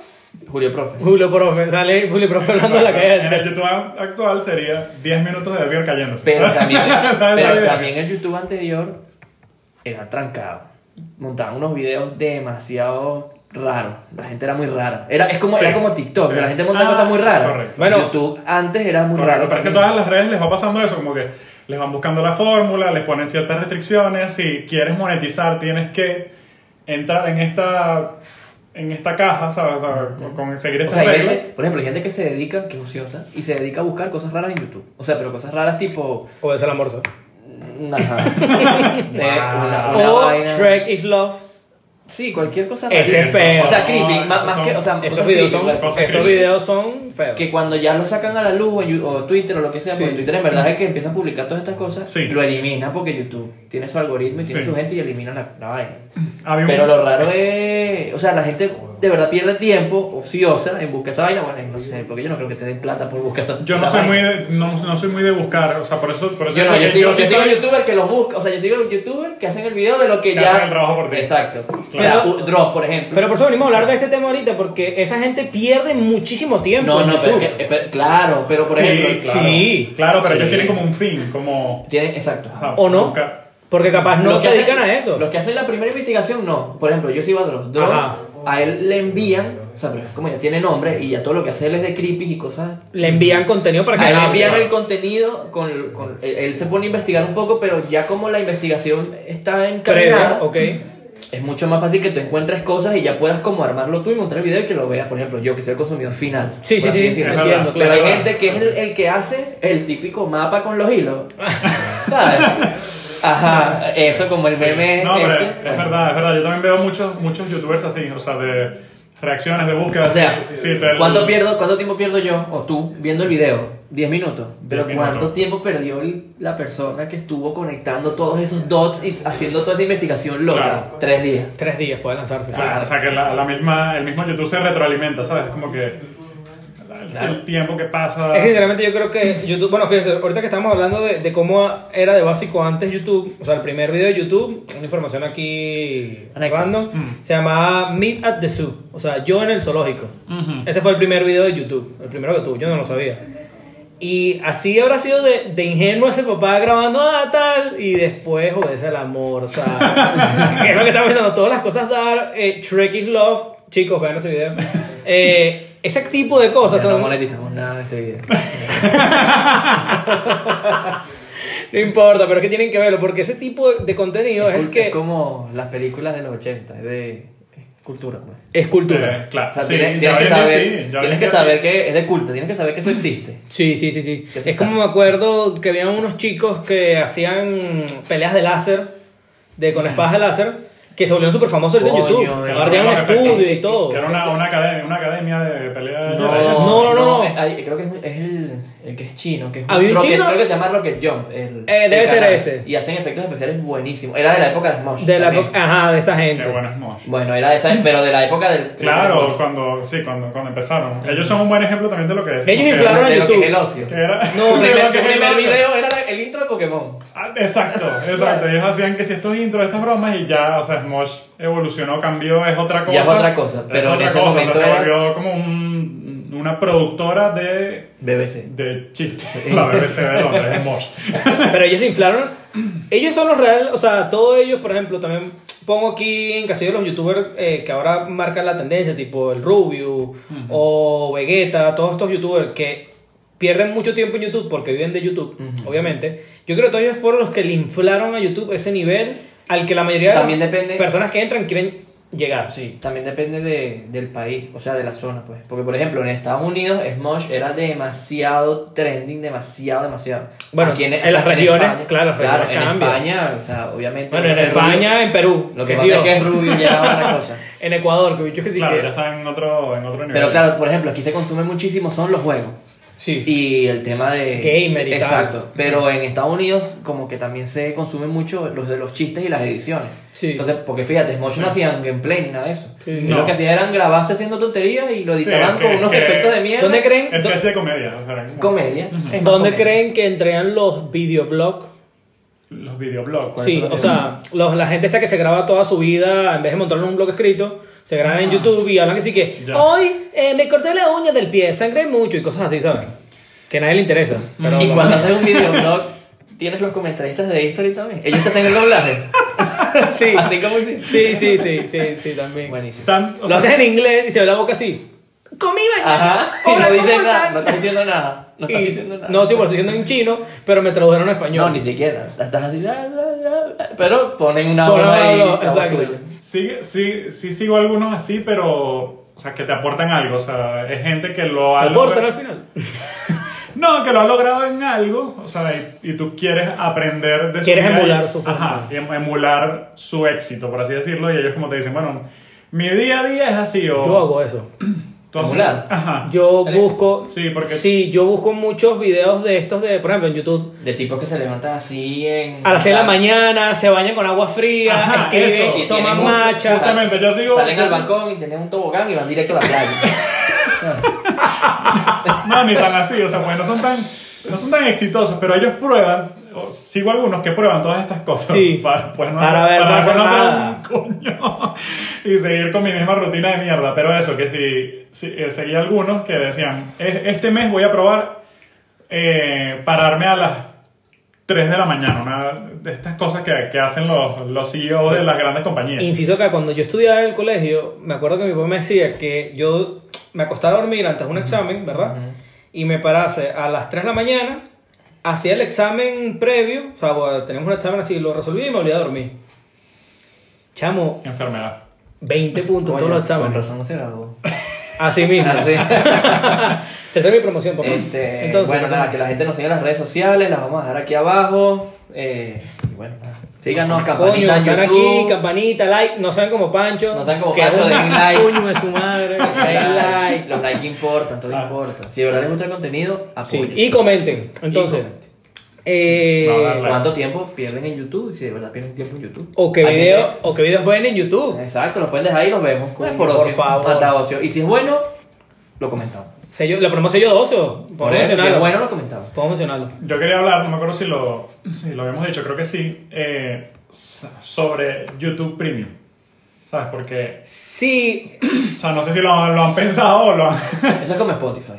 Speaker 2: Julio Profe.
Speaker 1: Julio Profe. Sale Julio Profe hablando de la calle.
Speaker 4: En el YouTube actual sería 10 minutos de Edgar cayéndose.
Speaker 2: Pero también,
Speaker 4: Esa es la
Speaker 2: pero
Speaker 4: idea.
Speaker 2: también el YouTube anterior era trancado. Montaban unos videos demasiado raros. La gente era muy rara. Era, es como,
Speaker 4: Sí,
Speaker 2: era como TikTok,
Speaker 4: sí.
Speaker 2: que la gente monta
Speaker 4: Ah,
Speaker 2: cosas muy raras.
Speaker 4: correcto.
Speaker 1: Bueno,
Speaker 2: YouTube antes era muy
Speaker 4: Correcto,
Speaker 2: raro.
Speaker 4: pero es que
Speaker 2: también.
Speaker 4: todas las redes les va pasando eso, como que les van buscando la fórmula, les ponen ciertas restricciones, si quieres monetizar tienes que entrar en esta en esta caja, ¿sabes? O sea, con- con seguir
Speaker 2: O sea,
Speaker 4: estas
Speaker 2: hay gente,
Speaker 4: reglas.
Speaker 2: por ejemplo, hay gente que se dedica, que es ociosa, y se dedica a buscar cosas raras en YouTube. O sea, pero cosas raras tipo.
Speaker 1: O de la morsa.
Speaker 2: Nada. una, una
Speaker 1: O
Speaker 2: Ah, vaina.
Speaker 1: Shrek is Love.
Speaker 2: Sí, cualquier cosa
Speaker 1: Ese
Speaker 2: rara.
Speaker 1: es feo.
Speaker 2: O sea,
Speaker 4: No,
Speaker 2: creepy.
Speaker 4: esos
Speaker 2: más, más
Speaker 4: son-
Speaker 2: que. O sea,
Speaker 1: Esos
Speaker 2: cosas creepy,
Speaker 1: videos son,
Speaker 2: pues,
Speaker 4: cosas
Speaker 1: esos
Speaker 4: creepy.
Speaker 1: videos son feos.
Speaker 2: Que cuando ya lo sacan a la luz o, en Yu- o Twitter o lo que sea,
Speaker 1: Sí.
Speaker 2: porque Twitter en verdad es el que empieza a publicar todas estas cosas,
Speaker 4: Sí.
Speaker 2: lo elimina porque YouTube tiene su algoritmo y tiene
Speaker 4: Sí.
Speaker 2: su gente y elimina la, la vaina.
Speaker 4: Había un-
Speaker 2: Pero lo raro es. O sea, la gente. de verdad pierde tiempo ociosa en buscar esa vaina, bueno, no sé, porque yo no creo que te den plata por buscar esa
Speaker 4: Yo no
Speaker 2: esa
Speaker 4: soy, muy
Speaker 2: vaina.
Speaker 4: de, no, no soy muy de buscar, o sea, por eso... Por eso
Speaker 2: Yo no, yo
Speaker 4: que-
Speaker 2: sigo, yo sigo
Speaker 4: soy-
Speaker 2: youtubers que los buscan, o sea, yo sigo youtubers que hacen el video de lo que
Speaker 4: Que
Speaker 2: ya...
Speaker 4: hacen el trabajo por ti.
Speaker 2: Exacto.
Speaker 1: Claro.
Speaker 2: O sea, u- Dross, por ejemplo.
Speaker 1: Pero por eso venimos a hablar de este tema ahorita, porque esa gente pierde muchísimo tiempo.
Speaker 2: no,
Speaker 1: en
Speaker 2: no, pero,
Speaker 1: YouTube.
Speaker 2: es que- eh, pero- claro, pero por
Speaker 4: sí,
Speaker 2: ejemplo...
Speaker 4: claro,
Speaker 1: sí.
Speaker 4: Claro, pero
Speaker 2: Sí.
Speaker 4: ellos tienen como un fin, como...
Speaker 2: Tienen, exacto.
Speaker 4: o sea,
Speaker 1: ¿O no?
Speaker 4: buscar-
Speaker 1: Porque capaz Ah, no
Speaker 2: Los
Speaker 1: se
Speaker 2: que hacen-
Speaker 1: dedican a eso.
Speaker 2: Los que hacen la primera investigación, no. Por ejemplo, yo sigo a Dross. Dross,
Speaker 1: Ajá.
Speaker 2: a él le envían, o sea, pero como ya tiene nombre y ya todo lo que hace él es de creepy y cosas
Speaker 1: Le envían contenido para que
Speaker 2: A él
Speaker 1: hagan.
Speaker 2: envían el contenido, con, con- él, él se pone a investigar un poco, pero ya como la investigación está encaminada,
Speaker 1: Previa, ok.
Speaker 2: es mucho más fácil que tú encuentres cosas y ya puedas como armarlo tú y montar el video y que lo veas, por ejemplo, yo que soy el consumidor final.
Speaker 1: Sí,
Speaker 2: por
Speaker 1: sí,
Speaker 2: así
Speaker 1: sí,
Speaker 2: decirlo.
Speaker 4: es
Speaker 1: entiendo,
Speaker 4: verdad.
Speaker 2: Pero hay
Speaker 1: claro.
Speaker 2: gente que es el, el que hace el típico mapa con los hilos. ¿Sabes? Ajá, eso como el meme.
Speaker 4: No, pero
Speaker 2: este,
Speaker 4: es
Speaker 2: bueno.
Speaker 4: verdad, es verdad. Yo también veo muchos, muchos youtubers así, o sea, de reacciones, de búsqueda.
Speaker 2: O sea,
Speaker 4: sí, del-
Speaker 2: ¿cuánto, pierdo, ¿cuánto tiempo pierdo yo o tú viendo el video? 10 minutos. Pero
Speaker 4: Diez
Speaker 2: ¿cuánto
Speaker 4: minutos.
Speaker 2: tiempo perdió el- la persona que estuvo conectando todos esos dots y haciendo toda esa investigación loca?
Speaker 4: Claro.
Speaker 2: Tres días.
Speaker 1: Tres días puede lanzarse.
Speaker 4: O
Speaker 1: sí.
Speaker 4: sea, o sea, que la, la misma, el mismo YouTube se retroalimenta, ¿sabes? Como que el, el tiempo que pasa...
Speaker 1: Es que sinceramente yo creo que YouTube, bueno, fíjense, ahorita que estamos hablando de, de cómo era de básico antes YouTube, o sea, el primer video de YouTube, una información aquí
Speaker 2: Anexa.
Speaker 1: random, se llamaba Meet at the Zoo, o sea, yo en el zoológico. Ese fue el primer video de YouTube, el primero que tuvo, yo no lo sabía. Y así habrá sido de, de ingenuo ese papá grabando a tal y después obedece al amor, o sea, que es lo que estamos viendo, todas las cosas dar, eh, Trick is Love, chicos, vean ese video. Eh, ese tipo de
Speaker 2: O sea,
Speaker 1: cosas
Speaker 2: no
Speaker 1: son,
Speaker 2: monetizamos nada de este video.
Speaker 1: No importa, pero es que tienen que verlo, porque ese tipo de, de contenido es, el que
Speaker 2: Es como las películas de los 80, es de es cultura. pues.
Speaker 1: es
Speaker 4: Eh,
Speaker 1: cultura.
Speaker 4: claro,
Speaker 2: O sea,
Speaker 4: sí,
Speaker 2: tienes,
Speaker 4: ya
Speaker 2: tienes que
Speaker 4: hoy en día
Speaker 2: saber,
Speaker 4: sí, ya hoy en
Speaker 2: tienes que
Speaker 4: día
Speaker 2: saber
Speaker 4: sí. Mm.
Speaker 2: que es de culto, tienes que saber que eso existe.
Speaker 1: Sí, sí, sí, sí.
Speaker 2: Que eso
Speaker 1: Es como me
Speaker 2: está.
Speaker 1: acuerdo que habían unos chicos que hacían peleas de láser, de con espadas de láser, que se volvieron súper famosos ahorita en
Speaker 2: Coño,
Speaker 1: YouTube.
Speaker 2: eso
Speaker 1: Ahora tienen un
Speaker 4: es lo que-
Speaker 1: estudio y
Speaker 4: Que
Speaker 1: todo.
Speaker 4: era una, una, academia, una academia de pelea de
Speaker 1: No. no, no.
Speaker 2: eh, hay- creo que es, un- es el, el que es chino. Que es
Speaker 1: ¿Había un
Speaker 2: Rocket-
Speaker 1: chino?
Speaker 2: Creo que se llama Rocket Jump. el-
Speaker 1: Eh, debe
Speaker 2: el
Speaker 1: ser
Speaker 2: canal.
Speaker 1: ese.
Speaker 2: Y hacen efectos especiales buenísimos. Era de la época de Smosh.
Speaker 1: De la
Speaker 2: también.
Speaker 1: época- ajá, de esa
Speaker 4: Qué
Speaker 1: gente.
Speaker 4: bueno es Mosh.
Speaker 2: Bueno, era de esa, pero de la época del. del
Speaker 4: Claro,
Speaker 2: Smosh.
Speaker 4: cuando, sí, cuando, cuando empezaron. Ellos son un buen ejemplo también de lo que es.
Speaker 1: Ellos
Speaker 4: que-
Speaker 1: inflaron- Claro, en
Speaker 2: de lo que
Speaker 1: YouTube.
Speaker 2: es el ocio.
Speaker 4: que era-
Speaker 1: No,
Speaker 2: Su
Speaker 4: de
Speaker 2: primer,
Speaker 4: lo
Speaker 2: su
Speaker 4: que es el
Speaker 2: primer
Speaker 4: ocio.
Speaker 2: video era la- el intro de Pokémon.
Speaker 4: Ah, Exacto, exacto. Ellos hacían que si estos intros, estas bromas y ya, o sea, Smosh evolucionó, cambió, es otra cosa.
Speaker 2: Ya es otra cosa, pero en
Speaker 4: otra
Speaker 2: ese
Speaker 4: o sea,
Speaker 2: momento
Speaker 4: se
Speaker 2: era-
Speaker 4: volvió como un- una productora de,
Speaker 2: BBC.
Speaker 4: de chistes. La BBC de Londres, Smosh.
Speaker 1: Pero ellos le inflaron. Ellos son los reales, o sea, todos ellos, por ejemplo, también pongo aquí en casi los youtubers eh, que ahora marcan la tendencia, tipo el Rubio o Vegeta, todos estos youtubers que pierden mucho tiempo en YouTube porque viven de YouTube, obviamente. Yo creo que todos ellos fueron los que le inflaron a YouTube ese nivel al que la mayoría de
Speaker 2: También
Speaker 1: las
Speaker 2: depende-
Speaker 1: personas que entran quieren llegar.
Speaker 2: Sí, también depende de, del país, o sea, de la zona, pues. Porque, por ejemplo, en Estados Unidos, Smosh era demasiado trending, demasiado, demasiado.
Speaker 1: Bueno,
Speaker 2: Aquí
Speaker 1: en las regiones, claro, las
Speaker 2: claro,
Speaker 1: regiones
Speaker 2: en
Speaker 1: cambian.
Speaker 2: España, o sea, obviamente.
Speaker 1: Bueno, en
Speaker 2: el rubio-
Speaker 1: España, en Perú,
Speaker 2: Lo que
Speaker 1: es
Speaker 2: pasa es
Speaker 1: Dios.
Speaker 2: que es rubio ya es otra cosa.
Speaker 1: en Ecuador, que yo que sí
Speaker 4: Claro,
Speaker 1: que-
Speaker 4: ya está en otro, en otro nivel.
Speaker 2: Pero claro, por ejemplo, aquí se consume muchísimo son los juegos.
Speaker 1: Sí.
Speaker 2: Y el tema de...
Speaker 1: Gamer y tal.
Speaker 2: Exacto. Pero en Estados Unidos como que también se consumen mucho los de los chistes y las ediciones.
Speaker 1: Sí.
Speaker 2: Entonces, porque fíjate, Smosh no hacían gameplay ni nada de eso.
Speaker 1: Sí.
Speaker 2: Ellos
Speaker 4: No.
Speaker 2: Lo que hacían eran grabarse haciendo tonterías y lo
Speaker 4: Sí,
Speaker 2: editaban
Speaker 4: que-
Speaker 2: con unos
Speaker 4: que-
Speaker 2: efectos de mierda.
Speaker 1: ¿Dónde creen?
Speaker 4: Es
Speaker 1: dó-
Speaker 4: que es de comedia, o sea, era como
Speaker 2: Comedia. Es más
Speaker 1: ¿Dónde
Speaker 2: comedia.
Speaker 1: creen que entrean los videoblogs?
Speaker 4: Los videoblogs.
Speaker 1: Sí, o sea, los, la gente esta que se graba toda su vida, en vez de montarlo en un blog escrito, se graban en YouTube y hablan que sí que
Speaker 4: Ah. Ya.
Speaker 1: hoy eh, me corté la uña del pie, sangré mucho y cosas así, ¿sabes? Que a nadie le interesa. Pero
Speaker 2: Mm. Y
Speaker 1: bueno.
Speaker 2: cuando haces un videoblog, tienes los comentaristas de History también. Ellos te hacen el doblaje.
Speaker 1: sí.
Speaker 2: Así como hiciste.
Speaker 1: sí, sí, sí, sí, sí, también.
Speaker 2: Buenísimo.
Speaker 4: Tan- o
Speaker 1: lo
Speaker 4: sea,
Speaker 1: haces en inglés y se ve la boca así. Comí mañana.
Speaker 2: Ajá. Y
Speaker 1: Hola,
Speaker 2: no
Speaker 1: ¿cómo
Speaker 2: dicen nada.
Speaker 1: están?
Speaker 2: No estás diciendo nada. No estás
Speaker 1: Y-
Speaker 2: diciendo nada.
Speaker 1: no, sí, por estoy diciendo en chino, pero me tradujeron a español.
Speaker 2: No, ni siquiera. Estás así. bla, bla, bla, bla, Pero ponen una
Speaker 1: Por
Speaker 2: broma ahí.
Speaker 1: hablo,
Speaker 2: la
Speaker 1: exacto.
Speaker 2: voz tuya.
Speaker 4: Sí, sí, sí sigo algunos así, pero... O sea, que te aportan algo, o sea, es gente que lo
Speaker 1: ¿Te
Speaker 4: ha
Speaker 1: aportan
Speaker 4: logrado-
Speaker 1: al final?
Speaker 4: No, que lo ha logrado en algo, o sea, y, y tú quieres aprender de su
Speaker 1: Quieres
Speaker 4: vida y-
Speaker 1: emular su forma.
Speaker 4: Ajá, y em- emular su éxito, por así decirlo, y ellos como te dicen, bueno, mi día a día es así, o...
Speaker 1: Yo hago eso.
Speaker 4: ¿Tú haces-
Speaker 2: Emular.
Speaker 4: Ajá.
Speaker 1: Yo
Speaker 2: Parece.
Speaker 1: busco.
Speaker 4: Sí, porque-
Speaker 1: Sí, yo busco muchos videos de estos de, por ejemplo, en YouTube.
Speaker 2: De tipos que se levantan así en.
Speaker 1: A las 6 de la mañana, se bañan con agua fría,
Speaker 4: Ajá, eso.
Speaker 1: escriben,
Speaker 4: Y
Speaker 1: toman
Speaker 2: tienen un-
Speaker 1: macha.
Speaker 4: Justamente. yo sigo-
Speaker 2: Salen
Speaker 4: yo
Speaker 2: al
Speaker 4: sigo-
Speaker 2: balcón y tienen un tobogán y van directo a la playa.
Speaker 4: No, ni tan así, o sea, pues no son tan, no son tan exitosos, pero ellos prueban, o sigo algunos que prueban todas estas cosas.
Speaker 1: Sí.
Speaker 4: para, pues, no
Speaker 1: Para
Speaker 4: hacer-
Speaker 1: ver, no hacer
Speaker 4: no hacer
Speaker 1: nada.
Speaker 4: un coño. Y seguir con mi misma rutina de mierda. Pero eso, que si, si- eh, seguí algunos que decían, "E- este mes voy a probar eh, pararme a las 3 de la mañana, una de estas cosas que, que hacen los, los CEO de las grandes compañías.
Speaker 1: Insisto acá, cuando yo estudiaba en el colegio, me acuerdo que mi papá me decía que yo me acostaba a dormir antes de un examen, ¿verdad? Y me parase a las 3 de la mañana, hacía el examen previo, o sea, bueno, tenemos un examen así, lo resolví y me olvidé a dormir. Chamo,
Speaker 4: Enfermedad.
Speaker 1: 20 puntos en todos
Speaker 2: Coño,
Speaker 1: los
Speaker 2: Con
Speaker 1: exámenes.
Speaker 2: razón no se graduó.
Speaker 1: Así mismo.
Speaker 2: Así.
Speaker 1: Te hice mi promoción, papá.
Speaker 2: Este,
Speaker 1: Entonces,
Speaker 2: bueno, nada, que la gente nos siga en las redes sociales, las vamos a dejar aquí abajo. Eh, y bueno, nada. Síganos,
Speaker 1: Coño,
Speaker 2: campanita en
Speaker 1: están
Speaker 2: YouTube.
Speaker 1: aquí, campanita, like, no sean como Pancho.
Speaker 2: No sean como
Speaker 1: que
Speaker 2: Pancho,
Speaker 1: un
Speaker 2: den like.
Speaker 1: Coño de su madre, den like.
Speaker 2: Los likes importan, todo
Speaker 4: Ah.
Speaker 2: importa. Si de verdad les gusta el contenido,
Speaker 1: Sí,
Speaker 2: apoyen.
Speaker 1: y comenten. Entonces,
Speaker 2: comenten.
Speaker 1: eh,
Speaker 4: No, darle.
Speaker 2: ¿Cuánto tiempo pierden en YouTube? Y Si de verdad pierden tiempo en YouTube.
Speaker 1: o que
Speaker 2: Hay Eh.
Speaker 1: video, o que videos ven en
Speaker 2: gente-
Speaker 1: YouTube.
Speaker 2: Exacto, los pueden dejar ahí y los vemos.
Speaker 1: Coño,
Speaker 2: por
Speaker 1: por
Speaker 2: ocio.
Speaker 1: favor.
Speaker 2: Hasta ocio. Y si es bueno, lo comentamos.
Speaker 1: Sello, lo ponemos sello de ocio.
Speaker 2: Por
Speaker 1: Podemos
Speaker 2: eso, si
Speaker 1: mencionarlo.
Speaker 2: es bueno, lo comentamos.
Speaker 1: Podemos mencionarlo.
Speaker 4: Yo quería hablar, no me acuerdo si lo, si lo habíamos dicho, creo que sí, eh, s- sobre YouTube Premium. ¿Sabes? Porque,
Speaker 1: Sí,
Speaker 4: o sea, no sé si lo, lo han pensado o lo han...
Speaker 2: Eso es como Spotify.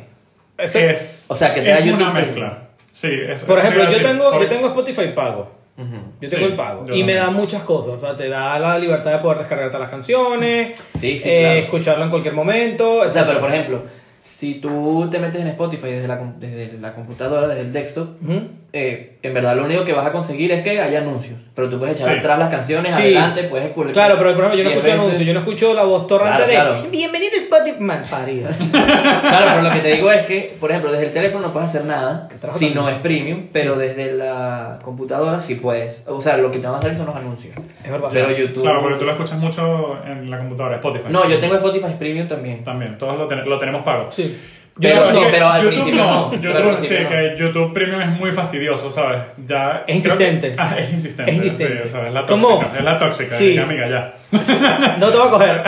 Speaker 1: eso-
Speaker 4: Es,
Speaker 2: O sea, que te
Speaker 4: es
Speaker 2: da YouTube
Speaker 4: una
Speaker 2: Premium.
Speaker 4: mezcla. Sí, eso-
Speaker 1: por
Speaker 4: eso
Speaker 1: ejemplo,
Speaker 4: iba a
Speaker 1: yo
Speaker 4: decir,
Speaker 1: tengo,
Speaker 4: porque-
Speaker 1: yo tengo Spotify pago. Yo tengo
Speaker 4: Sí,
Speaker 1: el pago.
Speaker 4: yo
Speaker 1: Y me
Speaker 4: también.
Speaker 1: da muchas cosas. O sea, te da la libertad de poder descargarte las canciones,
Speaker 2: Sí, sí,
Speaker 1: eh,
Speaker 2: claro.
Speaker 1: escucharla en cualquier momento.
Speaker 2: O sea,
Speaker 1: etcétera.
Speaker 2: pero por ejemplo, si tú te metes en Spotify desde la, com- desde la computadora, desde el desktop,
Speaker 1: Ujú.
Speaker 2: eh, en verdad lo único que vas a conseguir es que haya anuncios. Pero tú puedes echar
Speaker 4: Sí.
Speaker 2: atrás las canciones,
Speaker 1: Sí.
Speaker 2: adelante, puedes escuchar.
Speaker 1: Claro, pero por ejemplo, yo no
Speaker 2: diez
Speaker 1: escucho
Speaker 2: veces.
Speaker 1: anuncios, yo no escucho la voz torrante
Speaker 2: Claro,
Speaker 1: de
Speaker 2: claro.
Speaker 1: Bienvenido Spotify. Mal parido.
Speaker 2: Claro, pero lo que te digo es que, por ejemplo, desde el teléfono no puedes hacer nada
Speaker 1: Qué trabajo
Speaker 2: si
Speaker 1: tan-
Speaker 2: no es premium, pero desde la computadora sí puedes. O sea, lo que te van a salir son los anuncios.
Speaker 1: Es verdad.
Speaker 2: Pero YouTube.
Speaker 4: Claro, porque tú lo escuchas mucho en la computadora, Spotify.
Speaker 2: No, yo tengo Spotify Premium también.
Speaker 4: También, todos lo, ten- lo tenemos pago.
Speaker 1: Sí.
Speaker 4: Yo
Speaker 2: Pero
Speaker 4: creo
Speaker 2: sí,
Speaker 4: que
Speaker 2: pero al
Speaker 4: YouTube
Speaker 2: principio no.
Speaker 4: YouTube,
Speaker 2: Pero al principio
Speaker 4: sí,
Speaker 2: no.
Speaker 4: que YouTube Premium es muy fastidioso, ¿sabes? Ya,
Speaker 1: Es
Speaker 4: creo que-
Speaker 1: insistente.
Speaker 4: ah, es insistente.
Speaker 1: Es insistente.
Speaker 4: Sí, o sea, es la
Speaker 1: ¿Cómo?
Speaker 4: tóxica. Es la tóxica,
Speaker 1: Sí.
Speaker 4: mi amiga, ya.
Speaker 1: No te va a coger.